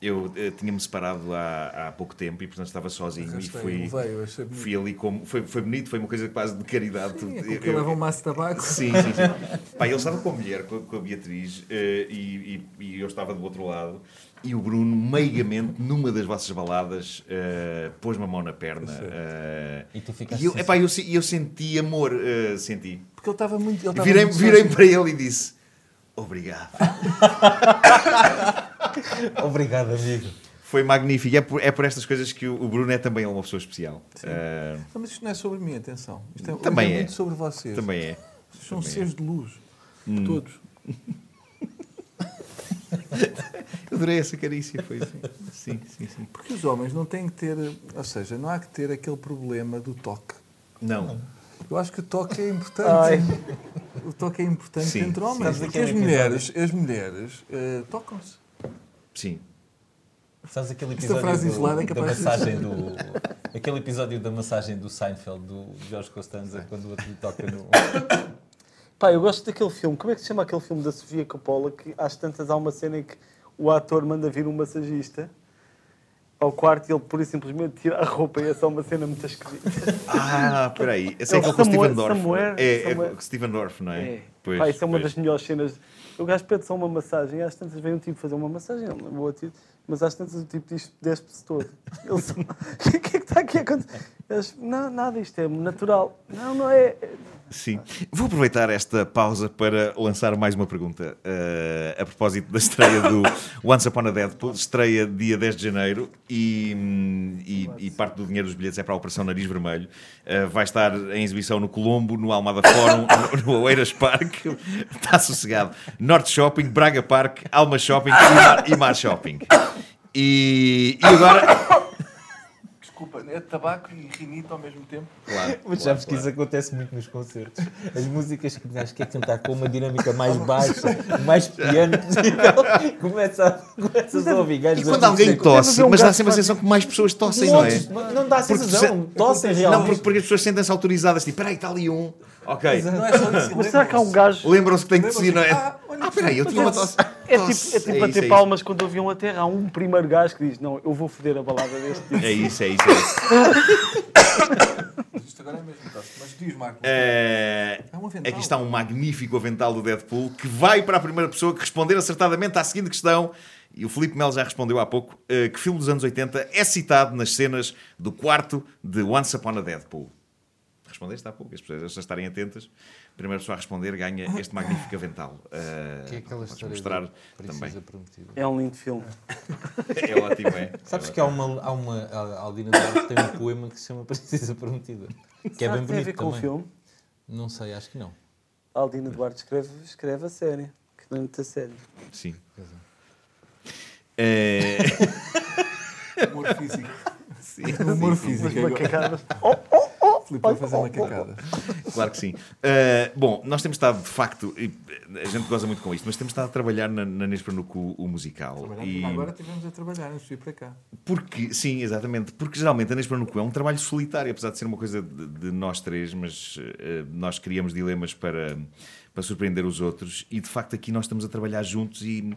[SPEAKER 2] eu eh, tinha-me separado há, há pouco tempo e, portanto, estava sozinho. E
[SPEAKER 3] Arrastei,
[SPEAKER 2] fui,
[SPEAKER 3] levei, achei bonito.
[SPEAKER 2] fui ali como. Foi, foi bonito, foi uma coisa quase de caridade.
[SPEAKER 3] Sim, é
[SPEAKER 2] Eu-
[SPEAKER 3] com que
[SPEAKER 2] eu-
[SPEAKER 3] leva um maço de tabaco.
[SPEAKER 2] Sim, sim, sim. Pá, ele estava com a mulher, com a, com a Beatriz, eh, e, e- e eu estava do outro lado. E o Bruno, meigamente, numa das vossas baladas, eh, pôs-me a mão na perna. eh,
[SPEAKER 4] E tu assim, ficaste
[SPEAKER 2] e eu,
[SPEAKER 4] sem
[SPEAKER 2] epá, eu, se- eu senti amor, eh, senti.
[SPEAKER 3] Porque ele estava muito. Ele estava
[SPEAKER 2] Virei,
[SPEAKER 3] muito
[SPEAKER 2] virei
[SPEAKER 3] sozinho.
[SPEAKER 2] para ele e disse: Obrigado.
[SPEAKER 4] Obrigado, amigo.
[SPEAKER 2] Foi magnífico. É por, é por estas coisas que o o Bruno é também uma pessoa especial. Eh,
[SPEAKER 3] Não, mas isto não é sobre mim, atenção. Isto é,
[SPEAKER 2] Também
[SPEAKER 3] isto
[SPEAKER 2] é.
[SPEAKER 3] muito sobre vocês.
[SPEAKER 2] também é.
[SPEAKER 3] Vocês são
[SPEAKER 2] também é. Hum.
[SPEAKER 3] seres de luz. Todos.
[SPEAKER 2] Eu Adorei essa carícia. Foi assim. Sim, sim, sim.
[SPEAKER 3] Porque os homens não têm que ter. Ou seja, não há que ter aquele problema do toque.
[SPEAKER 2] Não.
[SPEAKER 3] Eu acho que o toque é importante.
[SPEAKER 5] Ai.
[SPEAKER 3] O toque é importante
[SPEAKER 2] Sim,
[SPEAKER 3] entre homens.
[SPEAKER 4] sim.
[SPEAKER 3] Porque as mulheres, as mulheres eh, tocam-se.
[SPEAKER 2] Sim.
[SPEAKER 4] Sabes aquele
[SPEAKER 3] Esta
[SPEAKER 4] episódio
[SPEAKER 3] frase
[SPEAKER 4] do-
[SPEAKER 3] isolada é
[SPEAKER 4] da
[SPEAKER 3] capaz de-
[SPEAKER 4] massagem do... Aquele episódio da massagem do Seinfeld, do Jorge Costanza, quando o outro lhe toca no...
[SPEAKER 5] Pá, eu gosto daquele filme. Como é que se chama aquele filme da Sofia Coppola? Que às tantas há uma cena em que o ator manda vir um massagista ao quarto e ele pura e simplesmente tira a roupa e é só uma cena muito esquisita.
[SPEAKER 2] Ah, peraí. Esse é
[SPEAKER 5] É o
[SPEAKER 2] aquele com o
[SPEAKER 5] Samuel-
[SPEAKER 2] Steven Dorff.
[SPEAKER 5] Samuel-
[SPEAKER 2] É, é
[SPEAKER 5] Samuel.
[SPEAKER 2] com o Steven Dorff, não é?
[SPEAKER 5] É. Pá, isso é uma das melhores cenas. O gajo pede só uma massagem, às tantas vem um tipo fazer uma massagem, ele não é boa tipo, mas às tantas o tipo diz despe-se todo. Ele só, o que é que está aqui a acontecer? Eles, não, nada, isto é natural. Não, não é.
[SPEAKER 2] Sim. Vou aproveitar esta pausa para lançar mais uma pergunta eh, a propósito da estreia do Once Upon a Deadpool. Estreia dia 10 de janeiro e, hum, e- e parte do dinheiro dos bilhetes é para a Operação Nariz Vermelho. Eh, vai estar em exibição no Colombo, no Almada Fórum, no, no Oeiras Park. Está sossegado. Norte Shopping, Braga Park, Alma Shopping e Mar, e Mar Shopping. E, e agora.
[SPEAKER 3] Desculpa, é tabaco e rinite ao mesmo tempo.
[SPEAKER 2] Claro,
[SPEAKER 4] Mas
[SPEAKER 2] claro,
[SPEAKER 4] sabes que
[SPEAKER 2] claro.
[SPEAKER 4] isso acontece muito nos concertos. As músicas que o gajo quer tentar com uma dinâmica mais baixa, o mais piano possível, começa a, começas a ouvir gajos
[SPEAKER 2] E
[SPEAKER 4] a
[SPEAKER 2] quando alguém
[SPEAKER 4] dizer
[SPEAKER 2] tosse,
[SPEAKER 5] haver um
[SPEAKER 2] mas dá
[SPEAKER 5] gato
[SPEAKER 2] sempre a sensação que mais pessoas tossem, não é?
[SPEAKER 4] montes, não, dá a sensação,
[SPEAKER 2] se-
[SPEAKER 4] tossem
[SPEAKER 2] Não,
[SPEAKER 4] realmente.
[SPEAKER 2] porque, porque as pessoas sentem-se autorizadas, tipo, peraí, está ali um. Ok.
[SPEAKER 3] Não é só isso.
[SPEAKER 5] Mas será que há um gajo.
[SPEAKER 2] Lembram-se que tem que ser, não é?
[SPEAKER 3] Ah, olha,
[SPEAKER 2] Ah, peraí, eu tinha uma tosse.
[SPEAKER 5] É
[SPEAKER 2] Tosse.
[SPEAKER 5] tipo, é tipo
[SPEAKER 2] É
[SPEAKER 5] a
[SPEAKER 2] isso, é
[SPEAKER 5] ter
[SPEAKER 2] isso.
[SPEAKER 5] palmas quando ouviam a terra. Há um primeiro gajo que diz: Não, eu vou foder a balada deste tipo.
[SPEAKER 2] É isso, é isso. É isso.
[SPEAKER 3] Isto agora é mesmo tosse. Mas diz, Marco.
[SPEAKER 2] É,
[SPEAKER 3] É um avental.
[SPEAKER 2] aqui está um magnífico avental do Deadpool que vai para a primeira pessoa que responder acertadamente à seguinte questão. E o Filipe Melo já respondeu há pouco eh, que filme dos anos 80 é citado nas cenas do quarto de Once Upon a Deadpool. Respondeste há pouco, as pessoas estas estarem atentas. A primeira pessoa a responder ganha este magnífico avental. Eh,
[SPEAKER 6] Que é aquela
[SPEAKER 2] podes
[SPEAKER 6] história
[SPEAKER 2] mostrar
[SPEAKER 6] do
[SPEAKER 2] também.
[SPEAKER 6] Princesa Prometida.
[SPEAKER 5] É um lindo filme.
[SPEAKER 2] É ótimo, é.
[SPEAKER 4] Sabes
[SPEAKER 2] É
[SPEAKER 4] que há uma, há uma a Aldina Duarte tem um poema que se chama Princesa Prometida, que é
[SPEAKER 5] Será
[SPEAKER 4] bem bonito
[SPEAKER 5] tem a ver com
[SPEAKER 4] também.
[SPEAKER 5] o filme?
[SPEAKER 4] Não sei, acho que não.
[SPEAKER 5] A Aldina Duarte escreve, escreve a série. Que não é muito a sério.
[SPEAKER 2] ótimo. Sim.
[SPEAKER 6] é.
[SPEAKER 2] Eh,
[SPEAKER 3] Humor físico.
[SPEAKER 2] sim,
[SPEAKER 3] Humor
[SPEAKER 2] sim, sim.
[SPEAKER 3] físico.
[SPEAKER 5] Umas
[SPEAKER 3] agora.
[SPEAKER 5] macacadas. Oh, oh, oh!
[SPEAKER 3] Filipe vai fazer macacada.
[SPEAKER 2] Claro que sim. Uh, bom, nós temos estado, de facto, e, eh, a gente goza muito com isto, mas temos estado a trabalhar na, na Nespra no Cu, o musical. E-
[SPEAKER 3] Agora estivemos a trabalhar antes de ir para cá.
[SPEAKER 2] porque, sim, exatamente, porque geralmente a Nespra no Cu é um trabalho solitário, apesar de ser uma coisa de, de nós três, mas eh, nós criamos dilemas para, para surpreender os outros e, de facto, aqui nós estamos a trabalhar juntos e,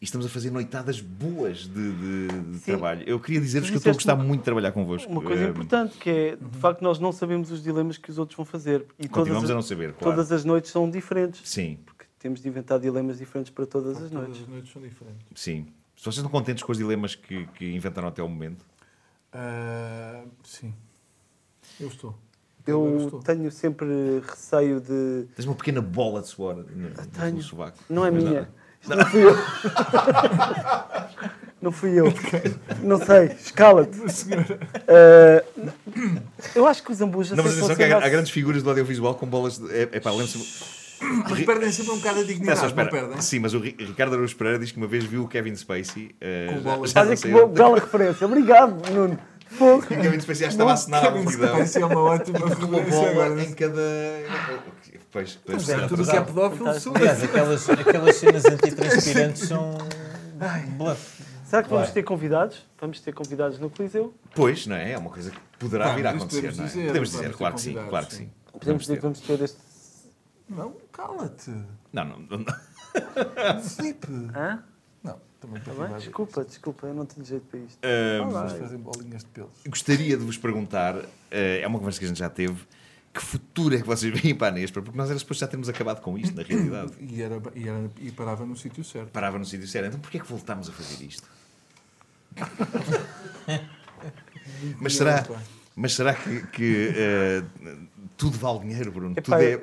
[SPEAKER 2] e estamos a fazer noitadas boas de, de- de trabalho. Eu queria dizer-vos
[SPEAKER 5] Tu
[SPEAKER 2] que eu estou a
[SPEAKER 5] disseste
[SPEAKER 2] gostar
[SPEAKER 5] uma-
[SPEAKER 2] muito de trabalhar convosco.
[SPEAKER 5] Uma coisa
[SPEAKER 2] Eh,
[SPEAKER 5] importante que é, de facto, nós não sabemos os dilemas que os outros vão fazer. E
[SPEAKER 2] Continuamos
[SPEAKER 5] todas,
[SPEAKER 2] a não saber, claro.
[SPEAKER 5] todas as noites são diferentes.
[SPEAKER 2] Sim.
[SPEAKER 5] Porque temos de inventar dilemas diferentes para todas as
[SPEAKER 3] Todas
[SPEAKER 5] noites.
[SPEAKER 3] as noites são diferentes.
[SPEAKER 2] Sim. Se vocês estão contentes com os dilemas que, que inventaram até o momento?
[SPEAKER 3] Ah, sim. Eu estou. Agora
[SPEAKER 5] Eu
[SPEAKER 3] estou.
[SPEAKER 5] tenho sempre receio de.
[SPEAKER 2] Tens uma pequena bola de suor no, no
[SPEAKER 5] tenho.
[SPEAKER 2] sovaco.
[SPEAKER 5] Não é
[SPEAKER 2] Mas
[SPEAKER 5] minha.
[SPEAKER 2] nada.
[SPEAKER 5] Isto Não. fui eu. não fui eu. Não sei. Escala-te. Eh, eu acho que os ambujos.
[SPEAKER 2] Não, mas atenção que há, há grandes figuras do audiovisual com bolas de... É, é pá, lembro-se...
[SPEAKER 3] Mas perdem sempre um bocado a
[SPEAKER 2] Espera
[SPEAKER 3] dignidade,
[SPEAKER 2] só,
[SPEAKER 3] não,
[SPEAKER 2] espera.
[SPEAKER 3] perdem?
[SPEAKER 2] Sim, mas o Ri- Ricardo Araújo Pereira diz que uma vez viu o Kevin Spacey... eh,
[SPEAKER 3] Com
[SPEAKER 2] já-
[SPEAKER 3] bolas.
[SPEAKER 2] já não
[SPEAKER 5] Olha que
[SPEAKER 2] sei
[SPEAKER 5] boa,
[SPEAKER 2] onde.
[SPEAKER 5] bela referência. Obrigado, Nuno. Fogo.
[SPEAKER 2] E o Kevin Spacey já estava a assinar a
[SPEAKER 3] Kevin
[SPEAKER 2] multidão.
[SPEAKER 3] Spacey é uma ótima
[SPEAKER 2] Com uma
[SPEAKER 3] referência agora.
[SPEAKER 2] bola em cada... Pois, pois,
[SPEAKER 3] É tudo o que é
[SPEAKER 5] Tá
[SPEAKER 3] pedófilo sou.
[SPEAKER 4] Aliás, aquelas, aquelas cenas
[SPEAKER 2] é
[SPEAKER 4] antitranspirantes são bluff.
[SPEAKER 5] Será que vamos
[SPEAKER 4] Vai.
[SPEAKER 5] ter convidados? Vamos ter convidados no Coliseu?
[SPEAKER 2] pois, não é? É uma coisa que poderá
[SPEAKER 3] Vamos,
[SPEAKER 2] vir a
[SPEAKER 3] isto
[SPEAKER 2] acontecer,
[SPEAKER 3] podemos
[SPEAKER 2] não é?
[SPEAKER 3] dizer,
[SPEAKER 2] podemos
[SPEAKER 3] vamos
[SPEAKER 2] dizer,
[SPEAKER 3] ter
[SPEAKER 2] claro que sim,
[SPEAKER 3] convidados,
[SPEAKER 2] claro que
[SPEAKER 3] sim.
[SPEAKER 2] sim.
[SPEAKER 5] Podemos
[SPEAKER 2] Vamos
[SPEAKER 5] dizer que vamos ter este.
[SPEAKER 3] Não, cala-te.
[SPEAKER 2] Não, não, não.
[SPEAKER 3] Filipe.
[SPEAKER 5] Hã?
[SPEAKER 3] Não, também
[SPEAKER 5] Tá
[SPEAKER 3] para
[SPEAKER 5] bem? Desculpa, Tá desculpa, eu não tenho jeito para isto.
[SPEAKER 2] Ahm,
[SPEAKER 5] Olá.
[SPEAKER 3] As pessoas fazem bolinhas de pelos.
[SPEAKER 2] gostaria de vos perguntar, eh, é uma conversa que a gente já teve, que futuro é que vocês veem para a Nespra? Porque nós era suposto já termos acabado com isto, na realidade.
[SPEAKER 3] E, era, e, era, e parava no sítio certo.
[SPEAKER 2] Parava no sítio sério, então porquê é que voltámos a fazer isto? mas será, mas será que, que, eh, tudo vale dinheiro, Bruno? Tudo
[SPEAKER 5] Epá,
[SPEAKER 2] é...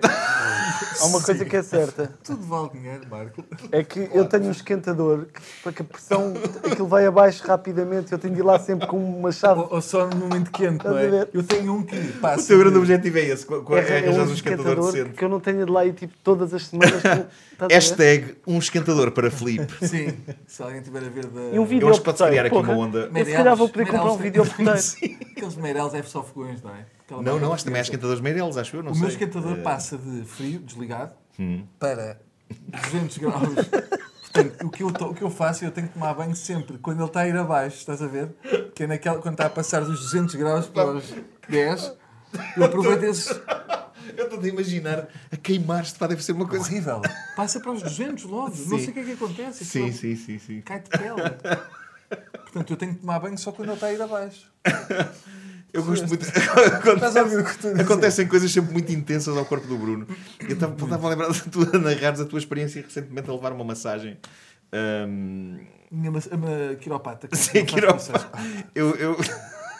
[SPEAKER 5] Há uma coisa que é certa,
[SPEAKER 3] Tudo vale dinheiro, Marco.
[SPEAKER 5] é que eu tenho um esquentador que, para que a pressão, aquilo vai abaixo rapidamente, eu tenho de ir lá sempre com uma
[SPEAKER 2] Tá
[SPEAKER 5] chave.
[SPEAKER 3] Ou, ou só no momento quente, não
[SPEAKER 5] Estás a
[SPEAKER 3] é?
[SPEAKER 5] ver?
[SPEAKER 3] Eu tenho um que passa.
[SPEAKER 2] O teu grande objetivo é esse, co- co- é
[SPEAKER 5] É, é
[SPEAKER 2] arranjar
[SPEAKER 5] um
[SPEAKER 2] um esquentador
[SPEAKER 5] esquentador
[SPEAKER 2] decente.
[SPEAKER 5] que eu não tenho de lá ir tipo todas as semanas. com- estás a ver?
[SPEAKER 2] Hashtag um esquentador para Filipe.
[SPEAKER 3] Sim, se alguém tiver a ver da...
[SPEAKER 5] E um vídeo
[SPEAKER 2] Eu acho que pode-se criar aqui uma
[SPEAKER 5] porra.
[SPEAKER 2] onda.
[SPEAKER 5] Eu se calhar vou poder
[SPEAKER 3] Meirelles.
[SPEAKER 5] comprar um vídeo porteiro.
[SPEAKER 3] Aqueles Meirelles é só fogões, não é? Aquela
[SPEAKER 2] Não,
[SPEAKER 3] marca
[SPEAKER 2] não, acho que também há
[SPEAKER 3] portuguesa.
[SPEAKER 2] esquentadores Meirelles, acho eu, não
[SPEAKER 3] O
[SPEAKER 2] sei. Hum.
[SPEAKER 3] meu esquentador
[SPEAKER 2] Eh,
[SPEAKER 3] passa de frio, desligado, para 200 graus. Portanto, o que, eu to- o que eu faço, eu tenho que tomar banho sempre. Quando ele está a ir abaixo, estás a ver? Que é naquela, quando está a passar dos 200 graus para os 10, eu aproveito esse
[SPEAKER 2] Eu estou a imaginar a queimar-se, pá, deve ser uma coisa.
[SPEAKER 3] horrível. Passa para os 200 logo. Não sei o que é que acontece.
[SPEAKER 2] Sim,
[SPEAKER 3] aquilo
[SPEAKER 2] sim, sim, sim.
[SPEAKER 3] Cai de pele. Portanto, eu tenho que tomar banho só quando ele está a ir abaixo.
[SPEAKER 2] Eu gosto muito.
[SPEAKER 3] Estás a ouvir o que estou a dizer?
[SPEAKER 2] Acontecem coisas sempre muito intensas ao corpo do Bruno. Eu estava estava a lembrar de tu a narrares a tua experiência recentemente a levar uma massagem. Ahm,
[SPEAKER 3] Minha mas- a ma- quiropata. que
[SPEAKER 2] Sim,
[SPEAKER 3] não faz
[SPEAKER 2] quiropata.
[SPEAKER 3] massagens.
[SPEAKER 2] eu, eu,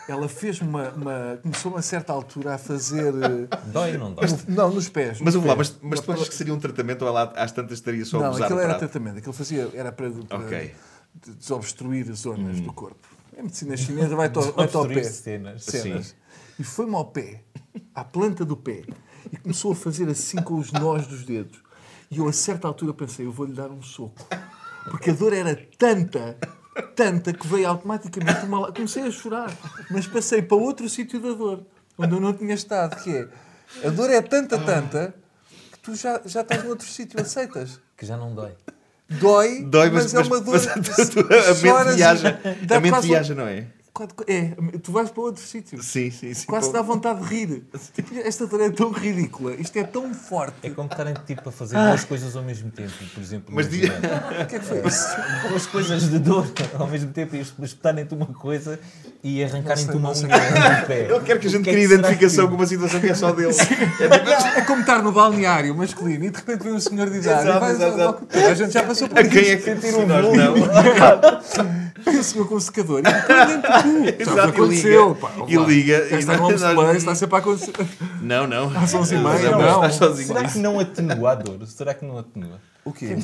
[SPEAKER 3] Ela fez uma, uma. Começou a certa altura a fazer. eh,
[SPEAKER 4] Dói ou não dói?
[SPEAKER 3] Não, nos pés.
[SPEAKER 2] Mas
[SPEAKER 3] nos
[SPEAKER 2] vamos lá,
[SPEAKER 3] pés.
[SPEAKER 2] mas, mas
[SPEAKER 3] Uma
[SPEAKER 2] tu achas que seria um tratamento ou ela às tantas estaria só a
[SPEAKER 3] Não,
[SPEAKER 2] usar
[SPEAKER 3] aquilo
[SPEAKER 2] o
[SPEAKER 3] era
[SPEAKER 2] prato?
[SPEAKER 3] tratamento. Aquilo fazia, era para, para
[SPEAKER 2] Ok.
[SPEAKER 3] de- desobstruir zonas do corpo. É medicina chinesa, vai-te ao, vai ao pé.
[SPEAKER 4] Obstruir cenas.
[SPEAKER 3] Cenas. E foi-me ao pé, à planta do pé, e começou a fazer assim com os nós dos dedos. E eu, a certa altura, pensei, eu vou-lhe dar um soco. Porque a dor era tanta, tanta, que veio automaticamente uma... la- Comecei a chorar, mas passei para outro sítio da dor, onde eu não tinha estado, que é... A dor é tanta, tanta, que tu já, já estás noutro sítio, aceitas?
[SPEAKER 4] Que já não dói.
[SPEAKER 3] Dói,
[SPEAKER 2] Dói, mas,
[SPEAKER 3] é uma
[SPEAKER 2] mas-
[SPEAKER 3] dor.
[SPEAKER 2] mas a, tua- a
[SPEAKER 3] choras
[SPEAKER 2] mente
[SPEAKER 3] e
[SPEAKER 2] viaja.
[SPEAKER 3] dá
[SPEAKER 2] A mente
[SPEAKER 3] quase-
[SPEAKER 2] viaja, não é?
[SPEAKER 3] quase- É, tu vais para outro sítio.
[SPEAKER 2] Sim, sim, sim.
[SPEAKER 3] Quase
[SPEAKER 2] Pô.
[SPEAKER 3] dá vontade de rir. Tipo, Esta dor é tão ridícula, isto é tão forte.
[SPEAKER 4] É como estarem tipo a fazer duas coisas ao mesmo tempo, por exemplo.
[SPEAKER 2] Ah.
[SPEAKER 3] um
[SPEAKER 2] Mas
[SPEAKER 4] imagina,
[SPEAKER 3] O que é que foi isso?
[SPEAKER 4] Duas coisas de dor ao mesmo tempo e espetarem-te uma coisa e arrancarem-te uma
[SPEAKER 3] Não sei,
[SPEAKER 4] unha do pé.
[SPEAKER 2] Eu quero que a gente
[SPEAKER 4] O é
[SPEAKER 2] crie
[SPEAKER 4] será
[SPEAKER 2] identificação com
[SPEAKER 4] que-
[SPEAKER 2] uma situação que é só dele.
[SPEAKER 3] É como estar no balneário masculino e de repente vem um senhor de idade.
[SPEAKER 2] Exato,
[SPEAKER 3] e vais-
[SPEAKER 2] exato, exato.
[SPEAKER 3] Toda A gente já passou por
[SPEAKER 2] A quem
[SPEAKER 3] isso.
[SPEAKER 2] é que se nós não?
[SPEAKER 3] Tem um senhor com um secador e põe dentro do cu. Já
[SPEAKER 2] Exato, e
[SPEAKER 3] aconteceu.
[SPEAKER 2] liga.
[SPEAKER 3] pá,
[SPEAKER 2] E
[SPEAKER 3] lá. é
[SPEAKER 2] liga, e
[SPEAKER 3] Está no
[SPEAKER 2] nós-
[SPEAKER 3] Homes
[SPEAKER 2] nós-
[SPEAKER 3] Play, está sempre a acontecer.
[SPEAKER 2] Não, não.
[SPEAKER 3] Às 11h30,
[SPEAKER 2] Tá Não,
[SPEAKER 3] não.
[SPEAKER 2] Estás sozinho.
[SPEAKER 4] Será que não atenua a dor? Será que não atenua?
[SPEAKER 3] O quê? Um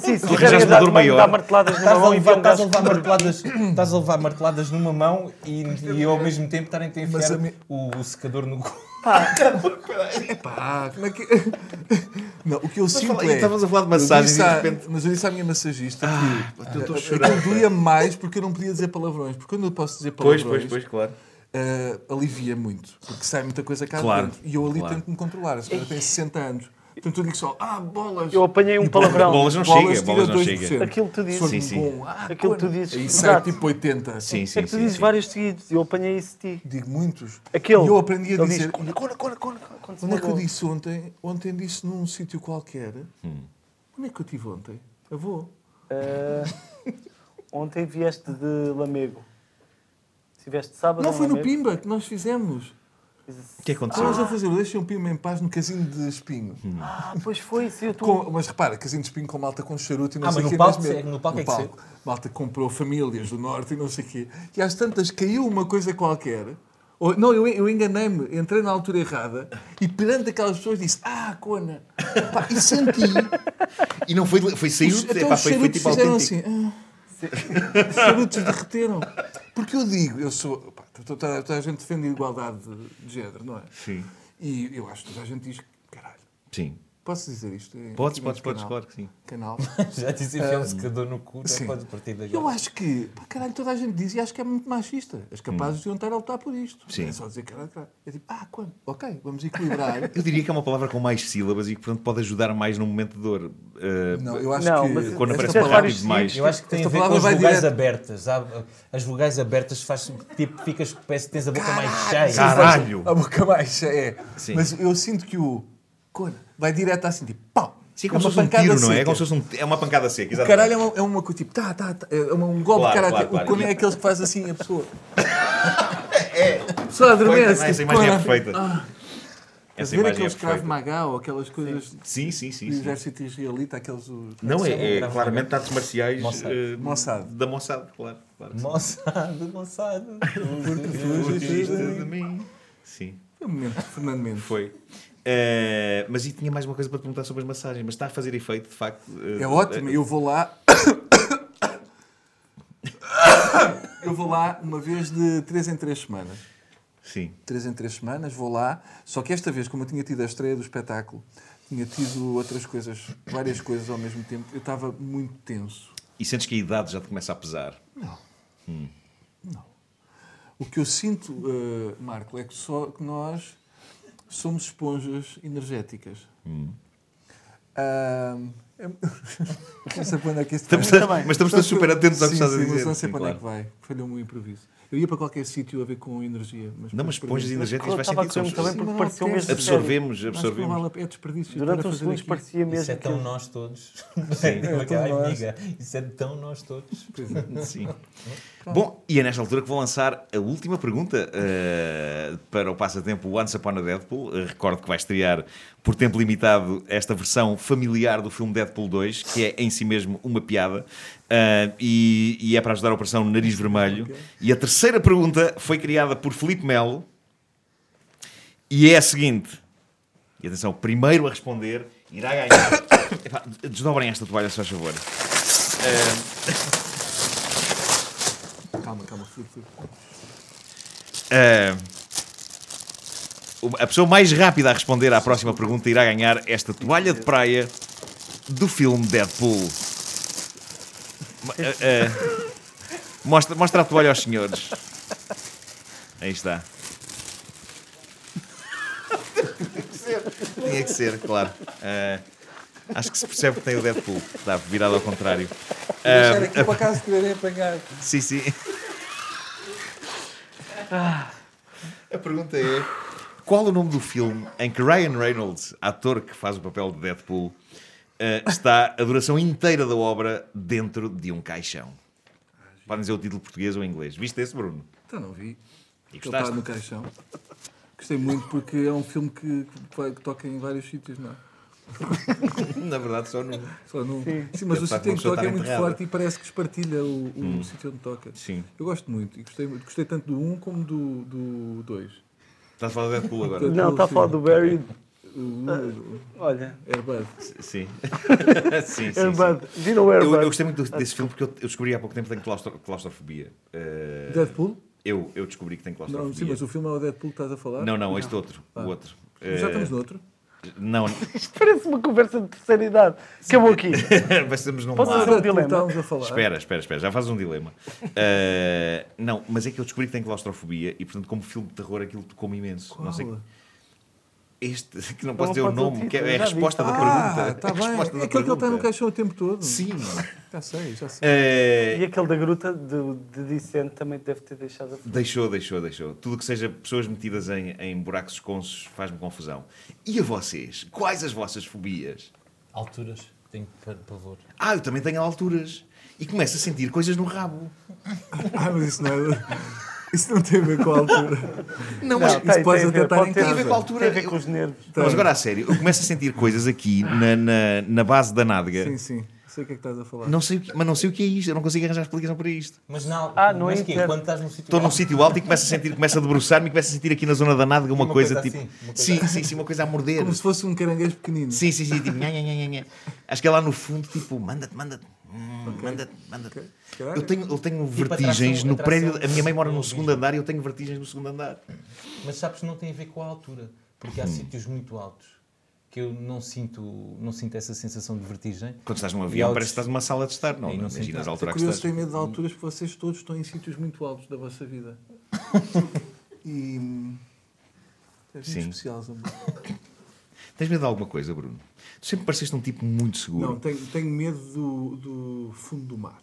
[SPEAKER 5] Sim, se
[SPEAKER 2] arranjaste
[SPEAKER 5] querem
[SPEAKER 2] uma
[SPEAKER 5] dar
[SPEAKER 2] dor
[SPEAKER 5] uma-
[SPEAKER 2] maior.
[SPEAKER 5] dar marteladas na
[SPEAKER 4] Estás a
[SPEAKER 5] mão e
[SPEAKER 4] levar,
[SPEAKER 5] ver um
[SPEAKER 4] estás a
[SPEAKER 5] gajo
[SPEAKER 4] levar marteladas, estás a levar marteladas numa mão e, e ao mesmo tempo estarem a
[SPEAKER 3] Mas
[SPEAKER 4] enfiar
[SPEAKER 3] a mi-
[SPEAKER 4] o, o secador no cu.
[SPEAKER 3] Pá, como é que. Não, o que eu sinto
[SPEAKER 2] fala-
[SPEAKER 3] é.
[SPEAKER 2] estávamos um a falar de
[SPEAKER 3] eu disse
[SPEAKER 2] massagens e de
[SPEAKER 3] à-
[SPEAKER 2] repente- Ah,
[SPEAKER 3] Mas eu disse à minha massagista que.
[SPEAKER 2] eu estou a
[SPEAKER 3] aquilo
[SPEAKER 2] chorar, pá.
[SPEAKER 3] doía mais porque eu não podia dizer palavrões. Porque quando eu posso dizer
[SPEAKER 2] Pois,
[SPEAKER 3] palavrões.
[SPEAKER 2] pois, pois, claro.
[SPEAKER 3] eh, alivia muito. Porque sai muita coisa cá
[SPEAKER 2] Claro,
[SPEAKER 3] dentro. E eu ali
[SPEAKER 2] claro.
[SPEAKER 3] tento me controlar. A senhora tem 60 anos. Portanto, eu digo só, ah, bolas.
[SPEAKER 5] Eu apanhei um palavrão.
[SPEAKER 2] Bolas não
[SPEAKER 3] bolas
[SPEAKER 2] chega,
[SPEAKER 3] tira
[SPEAKER 2] bolas não
[SPEAKER 3] 2%.
[SPEAKER 2] chega.
[SPEAKER 5] Aquilo que tu dizes.
[SPEAKER 3] Sou
[SPEAKER 2] Sim, sim.
[SPEAKER 3] bom, ah,
[SPEAKER 5] Aquilo que tu
[SPEAKER 3] cor-
[SPEAKER 5] dizes,
[SPEAKER 3] Aí sai
[SPEAKER 5] exato.
[SPEAKER 3] tipo 80.
[SPEAKER 2] Sim,
[SPEAKER 5] É
[SPEAKER 2] sim,
[SPEAKER 5] que tu
[SPEAKER 2] sim.
[SPEAKER 5] dizes
[SPEAKER 2] sim.
[SPEAKER 5] vários seguidos. Eu apanhei isso de ti.
[SPEAKER 3] Digo muitos.
[SPEAKER 5] Aquele.
[SPEAKER 3] E eu aprendi a
[SPEAKER 5] Ele
[SPEAKER 3] dizer.
[SPEAKER 5] diz, é "Cona, cona, cona, cona, cona", quando se
[SPEAKER 3] Onde é que eu
[SPEAKER 5] magoa.
[SPEAKER 3] disse ontem? Ontem disse num sítio qualquer.
[SPEAKER 2] Hum.
[SPEAKER 3] Onde é que eu tive ontem? Avô.
[SPEAKER 5] Ah, Eh, ontem vieste de Lamego. Estiveste sábado
[SPEAKER 3] Não
[SPEAKER 5] em
[SPEAKER 3] foi no
[SPEAKER 5] Lamego.
[SPEAKER 3] Pimba que nós fizemos.
[SPEAKER 2] O que aconteceu?
[SPEAKER 4] Ah.
[SPEAKER 3] Estavas a fazer, deixem o Pimba em paz no casino de espinho.
[SPEAKER 4] Hum.
[SPEAKER 5] Ah, pois foi isso. Eu estou...
[SPEAKER 3] Com- mas repara, casino de espinho com malta com charuto e não
[SPEAKER 4] Ah,
[SPEAKER 3] sei
[SPEAKER 4] mas
[SPEAKER 3] o
[SPEAKER 4] no
[SPEAKER 3] quê.
[SPEAKER 4] palco
[SPEAKER 3] mesmo.
[SPEAKER 4] é- no palco é que
[SPEAKER 3] Malta que comprou famílias do norte e não sei o quê. E às tantas caiu uma coisa qualquer. Ou- não, eu, eu enganei-me, entrei na altura errada e perante aquelas pessoas disse, ah, cona. Pá, e senti.
[SPEAKER 2] E não foi, foi saiu,
[SPEAKER 3] Até
[SPEAKER 2] epá,
[SPEAKER 3] os
[SPEAKER 2] foi, foi
[SPEAKER 3] charutos
[SPEAKER 2] tipo
[SPEAKER 3] fizeram
[SPEAKER 2] autêntico.
[SPEAKER 3] assim. ah. Os charutos derreteram. Porque eu digo, eu sou. pá, to- to- toda, toda a gente defende a igualdade de, de género, não é?
[SPEAKER 2] Sim,
[SPEAKER 3] E eu acho que toda a gente diz, caralho,
[SPEAKER 2] sim.
[SPEAKER 3] posso dizer isto? em-
[SPEAKER 2] Podes,
[SPEAKER 3] em
[SPEAKER 2] podes, podes,
[SPEAKER 3] canal?
[SPEAKER 2] claro que sim.
[SPEAKER 3] Canal.
[SPEAKER 4] Já disse enfiar o secador no cu, já
[SPEAKER 3] sim.
[SPEAKER 4] pode partir daqui.
[SPEAKER 3] Eu acho que, pá, caralho, toda a gente diz e acho que é muito machista. As capazes deviam estar a lutar por isto.
[SPEAKER 2] Hum. Sim.
[SPEAKER 3] É só dizer caralho, caralho. É tipo, ah, quando? Ok, vamos equilibrar.
[SPEAKER 2] Eu diria que é uma palavra com mais sílabas e que, portanto, pode ajudar mais num momento de dor. Eh,
[SPEAKER 3] não, eu acho
[SPEAKER 5] Não,
[SPEAKER 3] que.
[SPEAKER 5] mas
[SPEAKER 2] quando
[SPEAKER 3] esta
[SPEAKER 2] aparece
[SPEAKER 5] Esta
[SPEAKER 2] rápido
[SPEAKER 5] palavra-
[SPEAKER 2] demais.
[SPEAKER 4] Eu acho que tem
[SPEAKER 3] Esta
[SPEAKER 4] a ver com
[SPEAKER 3] palavra
[SPEAKER 4] as
[SPEAKER 3] vai
[SPEAKER 4] vogais
[SPEAKER 3] direto.
[SPEAKER 4] abertas. Há- As vogais abertas faz tipo, ficas, parece que tens a boca mais cheia.
[SPEAKER 2] Caralho!
[SPEAKER 3] A boca baixa, é.
[SPEAKER 2] Sim.
[SPEAKER 3] Mas eu sinto que o. Cona vai direto assim, tipo, pau!
[SPEAKER 2] Sim, é como se fosse um
[SPEAKER 3] pancada
[SPEAKER 2] tiro, não é? É
[SPEAKER 3] seca.
[SPEAKER 2] como se fosse um, é uma pancada seca,
[SPEAKER 3] O
[SPEAKER 2] exatamente.
[SPEAKER 3] caralho é uma, é uma coisa tipo, tá, tá, tá, é uma- um
[SPEAKER 2] Claro,
[SPEAKER 3] golpe de
[SPEAKER 2] claro,
[SPEAKER 3] caráter.
[SPEAKER 2] claro.
[SPEAKER 3] O cone é aquele que faz assim a pessoa. é. Só
[SPEAKER 2] Perfeita,
[SPEAKER 3] adormece.
[SPEAKER 2] não é? Essa
[SPEAKER 3] tipo,
[SPEAKER 2] imagem é
[SPEAKER 3] cona.
[SPEAKER 2] perfeita.
[SPEAKER 3] Estás
[SPEAKER 2] Essa
[SPEAKER 3] a ver
[SPEAKER 2] imagem é
[SPEAKER 3] aqueles Krav
[SPEAKER 2] perfeita.
[SPEAKER 3] Maga ou aquelas coisas
[SPEAKER 2] Sim, sim, sim.
[SPEAKER 3] do
[SPEAKER 2] sim.
[SPEAKER 3] exército israelita, aqueles. os-
[SPEAKER 2] Não, é, é
[SPEAKER 4] Krav
[SPEAKER 2] claramente artes marciais
[SPEAKER 4] Mossad.
[SPEAKER 2] eh,
[SPEAKER 3] Mossad.
[SPEAKER 2] da Mossad, claro. claro.
[SPEAKER 4] Moçado, moçado. é
[SPEAKER 2] Fugiste
[SPEAKER 3] eh,
[SPEAKER 2] de mim. Sim,
[SPEAKER 3] É um momento, de Fernando Mendes.
[SPEAKER 2] foi. Eh, mas e tinha mais uma coisa para te perguntar sobre as massagens, mas está a fazer efeito, de facto. eh,
[SPEAKER 3] É ótimo, eu vou lá. Eu vou lá uma vez de 3 em 3 semanas.
[SPEAKER 2] Sim.
[SPEAKER 3] três em três semanas, vou lá. Só que esta vez, como eu tinha tido a estreia do espetáculo, tinha tido outras coisas, várias coisas ao mesmo tempo, eu estava muito tenso.
[SPEAKER 2] E sentes que a idade já te começa a pesar.
[SPEAKER 3] O que eu sinto, eh, Marco, é que só que nós somos esponjas energéticas.
[SPEAKER 2] Hum.
[SPEAKER 3] Ah, é- Eu não sei para onde é que isso
[SPEAKER 2] Estamos
[SPEAKER 3] vai.
[SPEAKER 2] a- mas estamos todos super atentos ao que
[SPEAKER 3] Sim,
[SPEAKER 2] estás a
[SPEAKER 3] sim,
[SPEAKER 2] dizer.
[SPEAKER 3] Mas não sei
[SPEAKER 2] Sim,
[SPEAKER 3] para onde é que
[SPEAKER 2] claro.
[SPEAKER 3] vai. Falhou-me o improviso. Eu ia para qualquer sítio a ver com energia. Mas um
[SPEAKER 2] Não, mas esponjas
[SPEAKER 3] depois perdi.
[SPEAKER 2] energéticas
[SPEAKER 5] Eu
[SPEAKER 2] faz
[SPEAKER 5] estava a
[SPEAKER 2] sentido. Somos,
[SPEAKER 5] correr muito bem
[SPEAKER 3] Sim, mas
[SPEAKER 5] porque
[SPEAKER 3] não é
[SPEAKER 5] pareceu
[SPEAKER 3] quer-
[SPEAKER 5] mesmo sério.
[SPEAKER 2] absorvemos,
[SPEAKER 3] um Acho que não
[SPEAKER 2] absorvemos.
[SPEAKER 3] vale a pena, é desperdício.
[SPEAKER 5] Durante
[SPEAKER 3] estar a
[SPEAKER 5] uns
[SPEAKER 3] fazer
[SPEAKER 5] segundos
[SPEAKER 3] aquilo.
[SPEAKER 5] parecia
[SPEAKER 4] Isso
[SPEAKER 5] mesmo
[SPEAKER 4] é tão
[SPEAKER 5] aquele-
[SPEAKER 4] nós todos.
[SPEAKER 3] é tão
[SPEAKER 4] Ai,
[SPEAKER 3] nós.
[SPEAKER 4] amiga, Isso é tão nós todos.
[SPEAKER 2] Sim. Bom, e é nesta altura que vou lançar a última pergunta eh, para o passatempo Once Upon a Deadpool. Eh, recordo que vai estrear por tempo limitado esta versão familiar do filme Deadpool Deadpool 2, que é em si mesmo uma piada, ah, e, e é para ajudar a Operação Nariz Vermelho. E a terceira pergunta foi criada por Felipe Melo e é a seguinte. E atenção, o primeiro a responder irá ganhar. Epá, desdobrem esta toalha, se faz favor.
[SPEAKER 3] Calma, calma, Filipe.
[SPEAKER 2] Eh,
[SPEAKER 3] Filipe.
[SPEAKER 2] Ah, a pessoa mais rápida a responder à próxima pergunta irá ganhar esta toalha de praia do filme Deadpool. Ma- ah, ah, mostra, mostra a toalha aos senhores. Aí está. Tinha que ser, claro. Ah, acho que se percebe que tem o Deadpool. Está virado ao contrário.
[SPEAKER 3] Deixar aqui para casa quererem apanhar.
[SPEAKER 2] Sim, sim. A pergunta é: qual o nome do filme em que Ryan Reynolds, ator que faz o papel de Deadpool, eh, está a duração inteira da obra dentro de um caixão? Podem dizer o título português ou inglês. Viste esse, Bruno?
[SPEAKER 3] Então não vi.
[SPEAKER 2] E
[SPEAKER 3] Ele está
[SPEAKER 2] gostaste?
[SPEAKER 3] no caixão. Gostei muito porque é um filme que, que vai- que toca em vários sítios, não é?
[SPEAKER 2] Na verdade, só no.
[SPEAKER 3] Só num- Sim. mas
[SPEAKER 2] Ele
[SPEAKER 3] o
[SPEAKER 2] está
[SPEAKER 3] sítio em que
[SPEAKER 2] com uma pessoa
[SPEAKER 3] toca
[SPEAKER 2] estar
[SPEAKER 3] é muito
[SPEAKER 2] enterrada. Hum.
[SPEAKER 3] forte e parece que espartilha o, o sítio onde toca.
[SPEAKER 2] Sim.
[SPEAKER 3] Eu gosto muito e gostei, muito- gostei tanto do 1 um como do- do 2.
[SPEAKER 2] Estás a falar de Deadpool agora?
[SPEAKER 5] Não, está a falar do Barry.
[SPEAKER 2] Tá
[SPEAKER 3] O
[SPEAKER 5] Olha,
[SPEAKER 3] Airbud.
[SPEAKER 2] Sim. É sim, sim, sim.
[SPEAKER 5] Airbud. É Viram o
[SPEAKER 2] Eu, eu
[SPEAKER 5] Airbud?
[SPEAKER 2] gostei muito desse filme porque eu, eu descobri há pouco tempo que tenho claustro- claustrofobia. Eh,
[SPEAKER 3] Deadpool?
[SPEAKER 2] eu, eu descobri que tenho
[SPEAKER 3] Não, sim,
[SPEAKER 2] claustrofobia.
[SPEAKER 3] mas o filme é o Deadpool que estás a falar?
[SPEAKER 2] Não, não, este outro. O outro.
[SPEAKER 3] Já
[SPEAKER 2] Eh,
[SPEAKER 3] estamos no outro?
[SPEAKER 2] Não,
[SPEAKER 5] Isto parece uma conversa de terceira idade. Acabou aqui.
[SPEAKER 2] mas estamos num
[SPEAKER 5] Posso
[SPEAKER 2] lar.
[SPEAKER 5] fazer um
[SPEAKER 3] Deadpool
[SPEAKER 5] dilema.
[SPEAKER 3] estávamos a falar.
[SPEAKER 2] Espera, espera, espera, já faz um dilema. Ah, não, mas é que eu descobri que tenho claustrofobia e, portanto, como filme de terror, aquilo tocou-me imenso. Não sei.
[SPEAKER 3] Qual?
[SPEAKER 2] Este, que não posso
[SPEAKER 5] Não
[SPEAKER 2] dizer o
[SPEAKER 5] posso
[SPEAKER 2] nome,
[SPEAKER 5] dizer,
[SPEAKER 2] que é a
[SPEAKER 5] já vi.
[SPEAKER 2] resposta da
[SPEAKER 3] Ah,
[SPEAKER 2] pergunta.
[SPEAKER 3] está
[SPEAKER 2] A resposta da
[SPEAKER 3] bem. É aquele que ele está no
[SPEAKER 2] pergunta.
[SPEAKER 3] caixão o tempo todo.
[SPEAKER 2] Sim.
[SPEAKER 3] Já sei, já sei.
[SPEAKER 5] E é
[SPEAKER 2] Ah,
[SPEAKER 5] aquele da gruta do- de Dicente também deve ter deixado a
[SPEAKER 2] deixou, deixou, deixou. Tudo que seja pessoas metidas em, em buracos esconsos faz-me confusão. E a vocês? Quais as vossas fobias?
[SPEAKER 4] Alturas, tenho pa- pavor.
[SPEAKER 2] Ah, eu também tenho alturas. E começo a sentir coisas no rabo.
[SPEAKER 3] Ah, mas isso não é... Isso não tem a ver com a altura.
[SPEAKER 2] Não,
[SPEAKER 5] Não,
[SPEAKER 2] mas
[SPEAKER 5] tem- tem
[SPEAKER 3] podes
[SPEAKER 5] a
[SPEAKER 3] até
[SPEAKER 5] ver,
[SPEAKER 3] estar
[SPEAKER 5] pode
[SPEAKER 3] em
[SPEAKER 5] ter-
[SPEAKER 3] casa.
[SPEAKER 2] Tem a ver com a altura.
[SPEAKER 5] Tem a ver com os nervos.
[SPEAKER 4] então-
[SPEAKER 2] Mas agora a sério, eu começo a sentir coisas aqui na, na, na base da nádega.
[SPEAKER 3] Sim, sim. Sei o que é que estás a falar.
[SPEAKER 2] Não sei, o que- mas não sei o que é isto, eu não consigo arranjar explicação para isto.
[SPEAKER 4] Mas não,
[SPEAKER 5] Ah, não é
[SPEAKER 4] mas quê?
[SPEAKER 5] interno.
[SPEAKER 4] Quando estás num sítio.
[SPEAKER 2] Estou num
[SPEAKER 4] alto,
[SPEAKER 2] sítio alto e começo a sentir, começo a debruçar-me e começo a sentir aqui na zona da nádega uma,
[SPEAKER 4] Uma
[SPEAKER 2] coisa,
[SPEAKER 4] coisa
[SPEAKER 2] tipo.
[SPEAKER 4] assim, uma coisa
[SPEAKER 2] sim, sim, sim, uma coisa a morder.
[SPEAKER 3] Como se fosse um caranguejo pequenino.
[SPEAKER 2] Sim, sim, sim, tipo. nha, nha, nha, nha, nha. Acho que é lá no fundo, tipo, manda-te, manda-te. hum, Manda-te, manda-te.
[SPEAKER 3] Se calhar
[SPEAKER 2] Eu tenho, eu tenho
[SPEAKER 4] Tipo,
[SPEAKER 2] vertigens
[SPEAKER 4] atração-
[SPEAKER 2] no
[SPEAKER 4] atração
[SPEAKER 2] prédio. A minha mãe mora
[SPEAKER 4] do
[SPEAKER 2] no
[SPEAKER 4] abismo.
[SPEAKER 2] segundo andar e eu tenho vertigens no segundo andar.
[SPEAKER 4] Mas sabes, não tem a ver com a altura. Porque há sítios muito altos que eu não sinto, não sinto essa sensação de vertigem.
[SPEAKER 2] Quando estás num
[SPEAKER 4] E há
[SPEAKER 2] avião,
[SPEAKER 4] outros-
[SPEAKER 2] parece que estás numa sala de estar, não?
[SPEAKER 4] E não
[SPEAKER 2] não
[SPEAKER 4] sei
[SPEAKER 2] imaginas
[SPEAKER 4] nada.
[SPEAKER 2] a Hum. altura
[SPEAKER 3] É
[SPEAKER 2] que
[SPEAKER 3] curioso,
[SPEAKER 2] estás.
[SPEAKER 3] tenho medo de alturas porque vocês todos estão em sítios muito altos da vossa vida. E. hum, És muito
[SPEAKER 2] Sim.
[SPEAKER 3] especial, Zambo.
[SPEAKER 2] Tens medo de alguma coisa, Bruno? Tu sempre pareceste um tipo muito seguro.
[SPEAKER 3] Não, tenho, tenho medo do, do fundo do mar.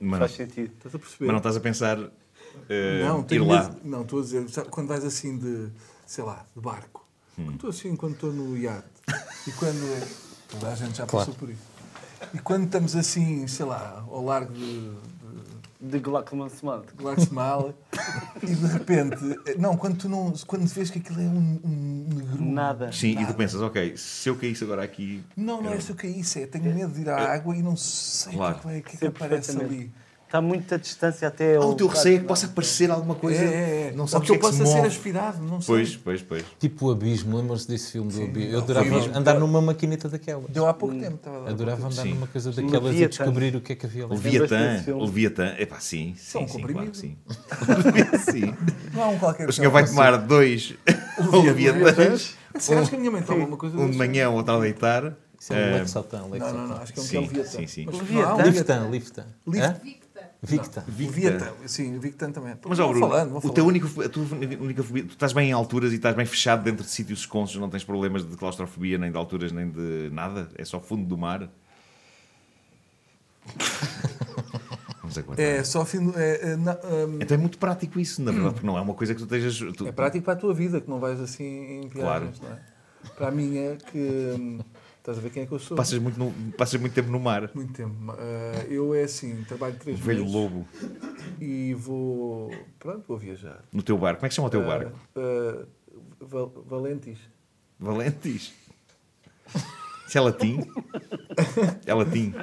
[SPEAKER 2] mas não-
[SPEAKER 5] Faz sentido.
[SPEAKER 3] Estás a perceber?
[SPEAKER 2] Mas não estás a pensar eh,
[SPEAKER 3] Não,
[SPEAKER 2] ir
[SPEAKER 3] tenho
[SPEAKER 2] lá.
[SPEAKER 3] medo- não, estou a dizer, sabe, quando vais assim de, sei lá, de barco.
[SPEAKER 2] Hum.
[SPEAKER 3] Quando estou assim, quando estou no iate. E quando. é- Toda a gente já passou por isso. E quando estamos assim, sei lá, ao largo de, de
[SPEAKER 5] De Glaucoma Smart.
[SPEAKER 3] Glaxmal e de repente, não, quando tu não, quando vês que aquilo é um, um negro.
[SPEAKER 5] Nada.
[SPEAKER 2] Sim,
[SPEAKER 3] Ah.
[SPEAKER 2] e tu pensas, ok, se eu caísse agora aqui.
[SPEAKER 3] Não, não é isso que é isso, é tenho medo de ir à água e não sei
[SPEAKER 2] Claro.
[SPEAKER 3] o que, é que, é que
[SPEAKER 5] Sei
[SPEAKER 3] aparece ali.
[SPEAKER 5] perfeitamente. Está muita distância até
[SPEAKER 3] um
[SPEAKER 2] Ah,
[SPEAKER 5] ao.
[SPEAKER 2] o teu receio é que possa aparecer alguma
[SPEAKER 3] É,
[SPEAKER 2] coisa.
[SPEAKER 3] é, é.
[SPEAKER 2] Não
[SPEAKER 3] Ou
[SPEAKER 2] sabes
[SPEAKER 3] que eu
[SPEAKER 2] o que é que se
[SPEAKER 3] possa ser
[SPEAKER 2] move.
[SPEAKER 3] aspirado, não sei.
[SPEAKER 2] Pois, pois, pois.
[SPEAKER 4] Tipo o Abismo, lembram-se desse filme do Abismo? Eu adorava
[SPEAKER 3] o Abismo.
[SPEAKER 4] andar numa maquineta daquelas.
[SPEAKER 3] Deu há
[SPEAKER 2] Hum.
[SPEAKER 3] pouco tempo, estava a dar.
[SPEAKER 4] Adorava andar
[SPEAKER 2] Sim.
[SPEAKER 4] numa coisa
[SPEAKER 5] Sim.
[SPEAKER 4] daquelas e
[SPEAKER 5] Leviathan.
[SPEAKER 4] descobrir o que é que havia lá.
[SPEAKER 2] Leviatã,
[SPEAKER 5] desse filme.
[SPEAKER 2] Leviatã. Epá, sim, sim,
[SPEAKER 3] São
[SPEAKER 2] sim, claro que
[SPEAKER 3] comprimidos.
[SPEAKER 2] sim. Claro que sim.
[SPEAKER 3] Não há um qualquer
[SPEAKER 2] O senhor vai tomar dois Leviatãs,
[SPEAKER 3] Será que a minha mãe toma uma coisa
[SPEAKER 2] um de
[SPEAKER 3] dessas?
[SPEAKER 2] manhã, outro ao deitar.
[SPEAKER 4] Isso é um Lex Saltão, Lex
[SPEAKER 3] Não,
[SPEAKER 4] Saltão.
[SPEAKER 3] não, não, acho que é um
[SPEAKER 2] Sim,
[SPEAKER 3] Leviatã.
[SPEAKER 2] sim, sim.
[SPEAKER 3] Mas não há um
[SPEAKER 4] Liftan, Liftan.
[SPEAKER 3] Lif-
[SPEAKER 4] Hã? Victa.
[SPEAKER 3] Leviatã. Sim, Victan também.
[SPEAKER 2] Mas, ó,
[SPEAKER 3] Vão
[SPEAKER 2] Bruno,
[SPEAKER 3] falando, vão
[SPEAKER 2] o teu
[SPEAKER 3] falando.
[SPEAKER 2] único, a tua única fobia, tu estás bem em alturas e estás bem fechado dentro de sítios esconsos, não tens problemas de claustrofobia, nem de alturas, nem de nada? É só fundo do mar? Vamos aguardar.
[SPEAKER 3] É só fim. do- É, é, na- hum,
[SPEAKER 2] Então é muito prático isso, na verdade, porque não é uma coisa que tu estejas... tu-
[SPEAKER 3] É prático para a tua vida, que não vais assim em viagens, não é? Para a minha, que hum, estás a ver quem é que eu sou?
[SPEAKER 2] Passas muito, no- passas muito tempo no mar.
[SPEAKER 3] Muito tempo. Ah, eu é assim, trabalho três
[SPEAKER 2] Velho
[SPEAKER 3] meses
[SPEAKER 2] lobo,
[SPEAKER 3] e vou. Pronto, vou viajar.
[SPEAKER 2] no teu barco. Como é que chama o teu barco?
[SPEAKER 3] Ah, ah, Val- Valentis.
[SPEAKER 2] Valentes? Isso é latim? É latim.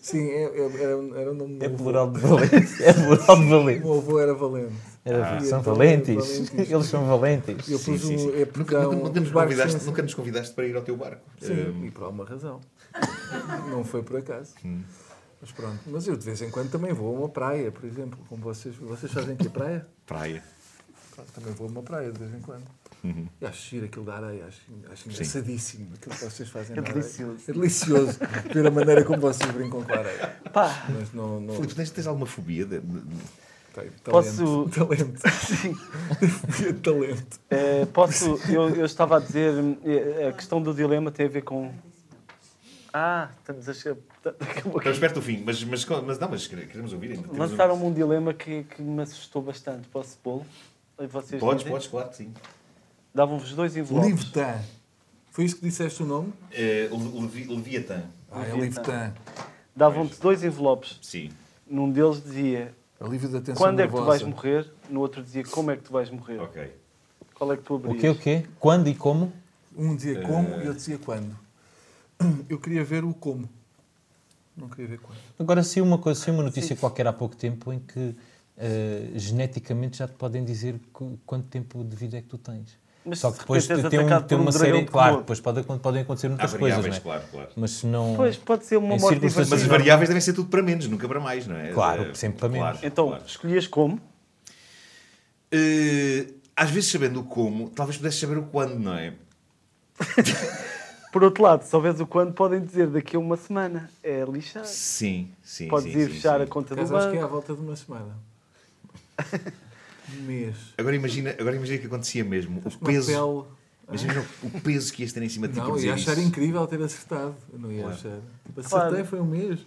[SPEAKER 3] Sim, é- é- era, um- era o nome do
[SPEAKER 4] É
[SPEAKER 3] meu avô.
[SPEAKER 4] plural de valente. É plural de
[SPEAKER 3] O
[SPEAKER 4] valente.
[SPEAKER 3] meu avô era valente.
[SPEAKER 4] Era-
[SPEAKER 3] Ah.
[SPEAKER 4] são
[SPEAKER 3] Então,
[SPEAKER 4] valentes.
[SPEAKER 3] valentes.
[SPEAKER 4] Eles são valentes.
[SPEAKER 3] Eu
[SPEAKER 2] Sim,
[SPEAKER 3] pus
[SPEAKER 2] sim,
[SPEAKER 3] um-
[SPEAKER 2] sim.
[SPEAKER 3] é porque
[SPEAKER 2] Nunca,
[SPEAKER 3] há
[SPEAKER 2] nunca-
[SPEAKER 3] um-
[SPEAKER 2] nunca nos
[SPEAKER 3] os barcos
[SPEAKER 2] convidaste,
[SPEAKER 3] são-
[SPEAKER 2] nunca Eh, nos convidaste para ir ao teu barco.
[SPEAKER 3] Sim, e por alguma razão. Não foi por acaso.
[SPEAKER 2] Hum.
[SPEAKER 3] Mas pronto, mas eu de vez em quando também vou a uma praia, por exemplo, como vocês. Vocês fazem aqui praia?
[SPEAKER 2] Praia.
[SPEAKER 3] Pronto, também vou a uma praia de vez em quando. E acho giro aquilo da areia, acho, acho engraçadíssimo aquilo que vocês fazem.
[SPEAKER 5] É
[SPEAKER 3] na areia.
[SPEAKER 5] delicioso.
[SPEAKER 3] É delicioso ver a maneira como vocês brincam com a areia.
[SPEAKER 5] Pá,
[SPEAKER 3] Mas não. não
[SPEAKER 2] Filipe, tens, tens alguma fobia? de- de- de-
[SPEAKER 3] tenho talento,
[SPEAKER 5] Posso-
[SPEAKER 3] Talento.
[SPEAKER 5] sim.
[SPEAKER 3] Tenho talento.
[SPEAKER 5] Eh, posso, eu, eu estava a dizer, eh, a questão do dilema tem a ver com. Ah, estamos a. che- Acabou aqui.
[SPEAKER 2] Estamos perto do fim, mas, mas, mas não, mas quere- queremos ouvir ainda. Temos um-
[SPEAKER 5] Lançaram-me um dilema que, que me assustou bastante. Posso pô-lo? E Vocês
[SPEAKER 2] Podes,
[SPEAKER 5] dizem?
[SPEAKER 2] podes, claro, sim.
[SPEAKER 5] Davam-vos dois envelopes.
[SPEAKER 3] Leviatã. Foi isto que disseste o nome?
[SPEAKER 2] Eh, Le- Levi- Leviatã.
[SPEAKER 3] Ah, é Leviatã.
[SPEAKER 5] Davam-te dois envelopes.
[SPEAKER 2] Sim.
[SPEAKER 5] Num deles dizia
[SPEAKER 3] Alívio da tensão
[SPEAKER 5] quando é que tu vais
[SPEAKER 3] nervosa.
[SPEAKER 5] morrer, no outro dizia como é que tu vais morrer.
[SPEAKER 2] Ok.
[SPEAKER 5] Qual é que tu
[SPEAKER 4] O quê, o
[SPEAKER 5] abrias?
[SPEAKER 4] quê? Quando e como?
[SPEAKER 3] Um dizia como e eu dizia quando. Eu queria ver o como. Não queria ver quando.
[SPEAKER 5] Então
[SPEAKER 4] Agora saiu uma, coisa,
[SPEAKER 5] Ah,
[SPEAKER 4] saiu uma notícia qualquer há pouco tempo em que eh, geneticamente já te podem dizer cu- quanto tempo de vida é que tu tens.
[SPEAKER 5] Mas
[SPEAKER 4] Só
[SPEAKER 5] se
[SPEAKER 4] que
[SPEAKER 5] de
[SPEAKER 4] depois
[SPEAKER 5] repente és
[SPEAKER 4] tem, um-
[SPEAKER 5] atacado
[SPEAKER 4] tem
[SPEAKER 5] por um
[SPEAKER 4] uma
[SPEAKER 5] dragão
[SPEAKER 4] série,
[SPEAKER 5] de
[SPEAKER 4] claro,
[SPEAKER 5] Komodo.
[SPEAKER 4] depois pode, podem acontecer
[SPEAKER 2] Há
[SPEAKER 4] muitas coisas, não
[SPEAKER 2] variáveis,
[SPEAKER 4] é?
[SPEAKER 2] claro, claro.
[SPEAKER 4] Mas se não.
[SPEAKER 5] Pois, pode ser uma morte
[SPEAKER 4] Em circunstâncias-
[SPEAKER 2] Mas as
[SPEAKER 4] Sim.
[SPEAKER 5] divertida.
[SPEAKER 2] variáveis devem ser tudo para menos, nunca para mais, não é?
[SPEAKER 4] Claro,
[SPEAKER 2] Eh,
[SPEAKER 4] sempre para menos.
[SPEAKER 5] Então,
[SPEAKER 2] claro.
[SPEAKER 5] escolhias como?
[SPEAKER 2] Eh, às vezes, sabendo o como, talvez pudesse saber o quando, não é?
[SPEAKER 5] Por outro lado, se souberes o quando, podem dizer daqui a uma semana. É lixado.
[SPEAKER 2] Sim, sim.
[SPEAKER 5] Podes
[SPEAKER 2] sim,
[SPEAKER 5] ir
[SPEAKER 2] sim,
[SPEAKER 5] fechar
[SPEAKER 2] sim.
[SPEAKER 5] a conta do
[SPEAKER 3] Mas acho que é à
[SPEAKER 5] banco.
[SPEAKER 3] volta de uma semana. Um mês.
[SPEAKER 2] Agora imagina, agora imagina que acontecia mesmo. O
[SPEAKER 3] Uma
[SPEAKER 2] peso.
[SPEAKER 3] pele.
[SPEAKER 2] Imagina o- o peso que ias ter em cima de ti. por
[SPEAKER 3] Não,
[SPEAKER 2] dizer
[SPEAKER 3] ia achar
[SPEAKER 2] Tipo, isso.
[SPEAKER 3] incrível ter acertado. Eu não ia
[SPEAKER 2] Claro.
[SPEAKER 3] achar. Tipo,
[SPEAKER 5] Claro.
[SPEAKER 3] Acertei, foi um mês.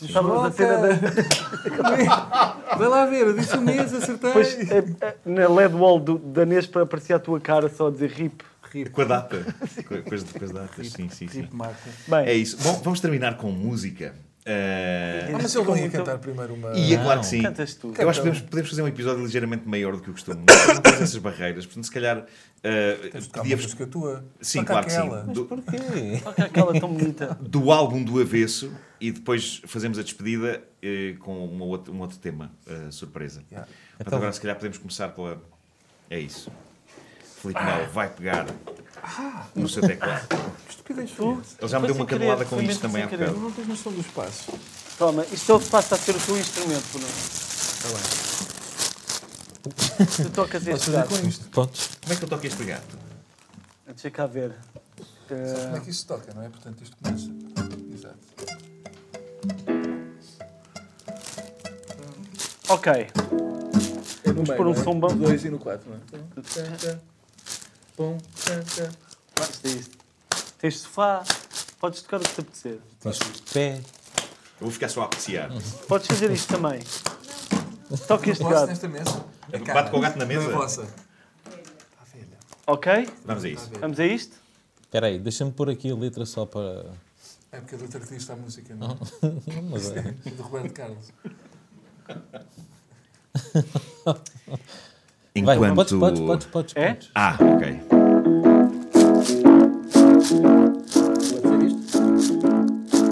[SPEAKER 5] Estávamos a ter a
[SPEAKER 3] Troca! Vai lá ver, eu disse um mês, acertei.
[SPEAKER 5] Depois, eh, eh, na LED wall do, da Nespa, aparecia a tua cara só a dizer RIP.
[SPEAKER 3] Rip,
[SPEAKER 2] Com a data. Com- com, as, com as datas, sim, sim, sim.
[SPEAKER 3] rip, Marco.
[SPEAKER 5] Bem,
[SPEAKER 2] É isso. Bom, vamos terminar com música. Eh,
[SPEAKER 3] Ah, mas ele não ia cantar primeiro uma...
[SPEAKER 2] E é claro que sim.
[SPEAKER 5] Cantas tu.
[SPEAKER 2] Eu acho que podemos, podemos fazer um episódio ligeiramente maior do que o costume. Não temos essas barreiras. Portanto, se calhar. eh, podíamos...
[SPEAKER 3] música tua.
[SPEAKER 2] Sim,
[SPEAKER 3] Toca
[SPEAKER 2] claro que sim. Do,
[SPEAKER 4] Porquê?
[SPEAKER 5] Toca aquela tão bonita.
[SPEAKER 2] do álbum do avesso e depois fazemos a despedida eh, com uma outra- um outro tema, eh, surpresa.
[SPEAKER 3] Yeah.
[SPEAKER 2] Portanto,
[SPEAKER 4] Então-
[SPEAKER 2] agora se calhar podemos começar pela. É isso. Felipe Melo vai pegar no seu teclado.
[SPEAKER 3] Que estupidez foi essa?
[SPEAKER 2] Ele já me
[SPEAKER 5] Foi
[SPEAKER 2] deu
[SPEAKER 5] sem
[SPEAKER 2] uma canelada
[SPEAKER 5] querer,
[SPEAKER 2] com
[SPEAKER 5] foi
[SPEAKER 2] isto
[SPEAKER 5] mesmo
[SPEAKER 2] também há
[SPEAKER 5] sem querer.
[SPEAKER 2] bocado.
[SPEAKER 3] Não tens noção dos passos.
[SPEAKER 5] Toma, isto é o que passa a ser o teu instrumento, Bruno.
[SPEAKER 3] Está bem.
[SPEAKER 5] Tu tocas
[SPEAKER 3] Tá Posso
[SPEAKER 5] este
[SPEAKER 3] fazer
[SPEAKER 5] gato.
[SPEAKER 3] com isto.
[SPEAKER 4] Prontos.
[SPEAKER 2] Como é que eu toco este gato?
[SPEAKER 5] Deixa cá ver. Eh,
[SPEAKER 3] Como é que isto se toca, não é? Portanto, isto começa. Exato.
[SPEAKER 5] ok.
[SPEAKER 3] É no meio,
[SPEAKER 5] pôr um
[SPEAKER 3] não é?
[SPEAKER 5] som bom.
[SPEAKER 3] No 2 e no 4, não é? Tum, tan, tan. Pum, tan, tan.
[SPEAKER 5] Basta isto. Tens sofá, podes tocar o que te apetecer.
[SPEAKER 4] Tens pé.
[SPEAKER 2] Eu vou ficar só a apreciar.
[SPEAKER 5] Podes fazer isto também. Toca este
[SPEAKER 3] Posso
[SPEAKER 5] gato,
[SPEAKER 3] nesta mesa?
[SPEAKER 2] Bate com o gato na
[SPEAKER 3] Não é
[SPEAKER 2] mesa.
[SPEAKER 3] vossa.
[SPEAKER 5] ok?
[SPEAKER 2] Vamos a isso.
[SPEAKER 5] Vamos a isto?
[SPEAKER 4] Espera aí, deixa-me pôr aqui a letra só para.
[SPEAKER 3] É porque é do outro artista a música, não é?
[SPEAKER 4] Mas é.
[SPEAKER 3] Do Roberto Carlos.
[SPEAKER 4] Vai,
[SPEAKER 2] Enquanto.
[SPEAKER 4] podes, podes, podes, podes.
[SPEAKER 5] É?
[SPEAKER 4] podes.
[SPEAKER 2] Ah, ok.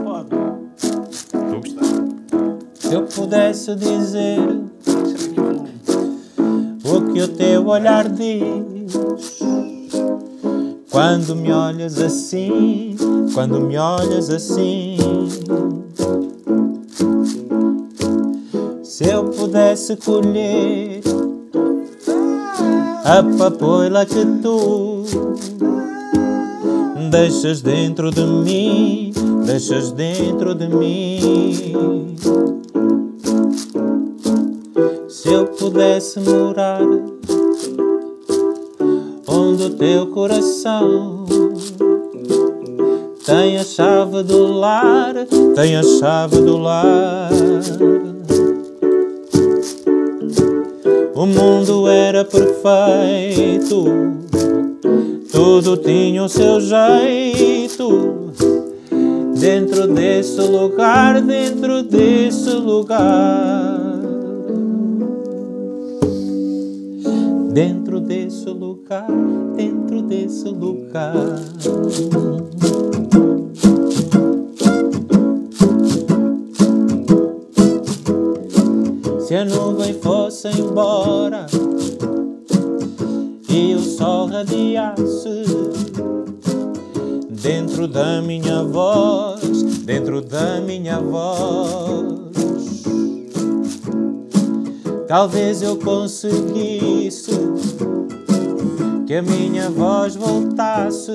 [SPEAKER 5] Pode.
[SPEAKER 2] Estou a gostar.
[SPEAKER 4] Se eu pudesse dizer o que o teu olhar diz quando me olhas assim, quando me olhas assim. Se eu pudesse colher a papoila que tu deixas dentro de mim, deixas dentro de mim. Se eu pudesse morar onde o teu coração tem a chave do lar, tem a chave do lar. O mundo era perfeito, tudo tinha o seu jeito. Dentro desse lugar, dentro desse lugar. Dentro desse lugar, dentro desse lugar. a nuvem fosse embora e o sol radiasse dentro da minha voz, dentro da minha voz. Talvez eu conseguisse que a minha voz voltasse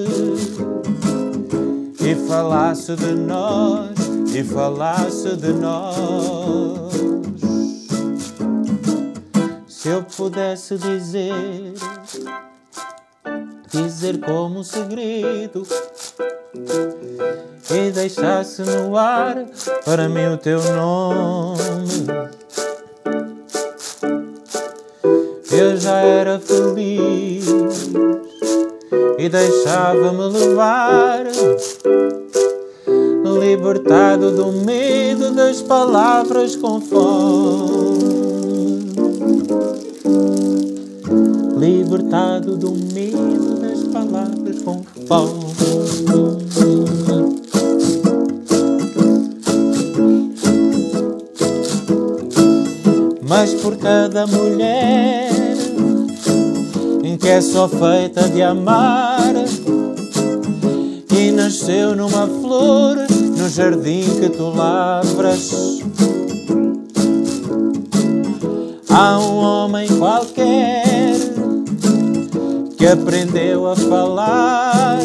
[SPEAKER 4] e falasse de nós, e falasse de nós. Se eu pudesse dizer, dizer como um segredo e deixasse no ar para mim o teu nome. Eu já era feliz e deixava-me levar, libertado do medo das palavras com fome. Libertado do medo das palavras com fome. Mas por cada mulher em que é só feita de amar E nasceu numa flor no jardim que tu lavras Há um homem qualquer que aprendeu a falar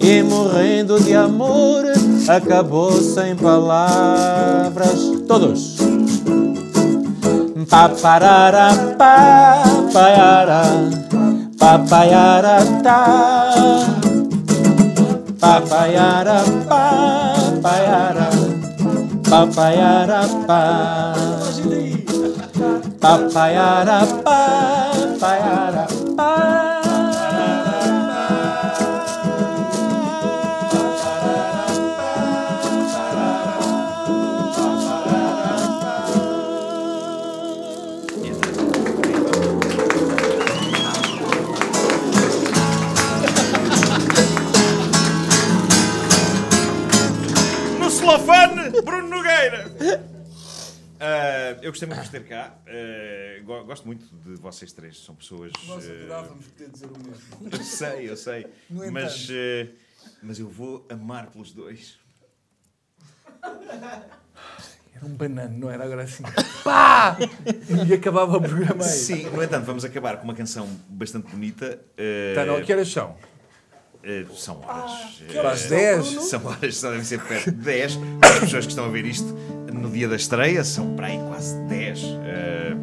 [SPEAKER 4] E morrendo de amor acabou sem palavras Todos! Papayara, papayara, papayara ta. Papayara, papayara, papayara pa. Papayara, papayara pa.
[SPEAKER 2] No celofane, Bruno Nogueira! Ah, eu gostei muito de ter cá. Ah, go- gosto muito de vocês três. São pessoas.
[SPEAKER 3] Nós
[SPEAKER 2] ah,
[SPEAKER 3] adorávamos poder dizer o mesmo.
[SPEAKER 2] eu sei, eu sei.
[SPEAKER 3] No
[SPEAKER 2] mas, eh, mas eu vou amar pelos dois.
[SPEAKER 3] Era um banano, não era agora assim. Pá! E acabava o programa aí.
[SPEAKER 2] Sim, no entanto, vamos acabar com uma canção bastante bonita. eh,
[SPEAKER 3] Tá, não, que Ah, horas são?
[SPEAKER 2] eh, são horas. eh,
[SPEAKER 3] Às 10?
[SPEAKER 2] São horas, só devem ser perto de 10. As pessoas que estão a ver isto no dia da estreia são para aí quase 10.
[SPEAKER 7] Ah.
[SPEAKER 2] eh,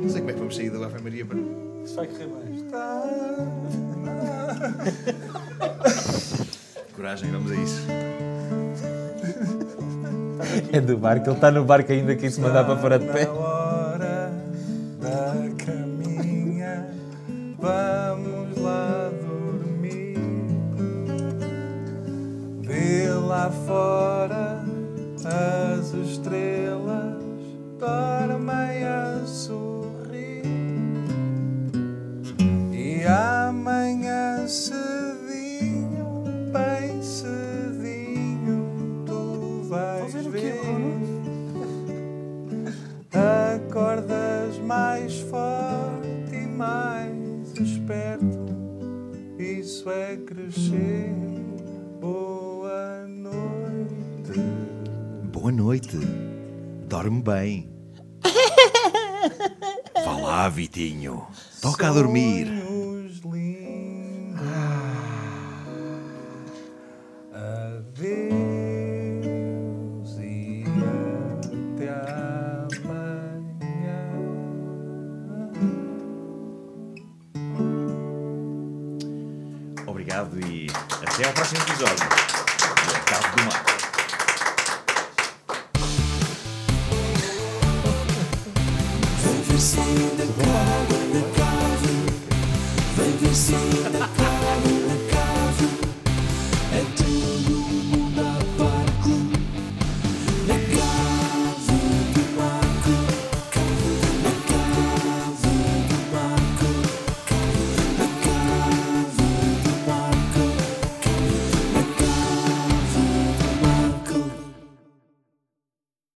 [SPEAKER 2] não sei como é que vamos sair do Ave Maria para.
[SPEAKER 7] Isso vai correr bem.
[SPEAKER 2] Coragem, vamos a isso.
[SPEAKER 8] É do barco, ele está no barco ainda que isso mandava fora de pé.
[SPEAKER 3] hora da caminha, vamos lá dormir. Vê lá fora as estrelas dormem a sorrir. E amanhã cedinho, bem cedinho, tu vais ver. Acordas mais forte e mais esperto. Isso é crescer. Boa noite.
[SPEAKER 2] Boa noite. Dorme bem. Vá lá, Vitinho. Toca a dormir.
[SPEAKER 3] Sonhos lindos. Adeus e até amanhã.
[SPEAKER 2] Obrigado e até ao próximo episódio.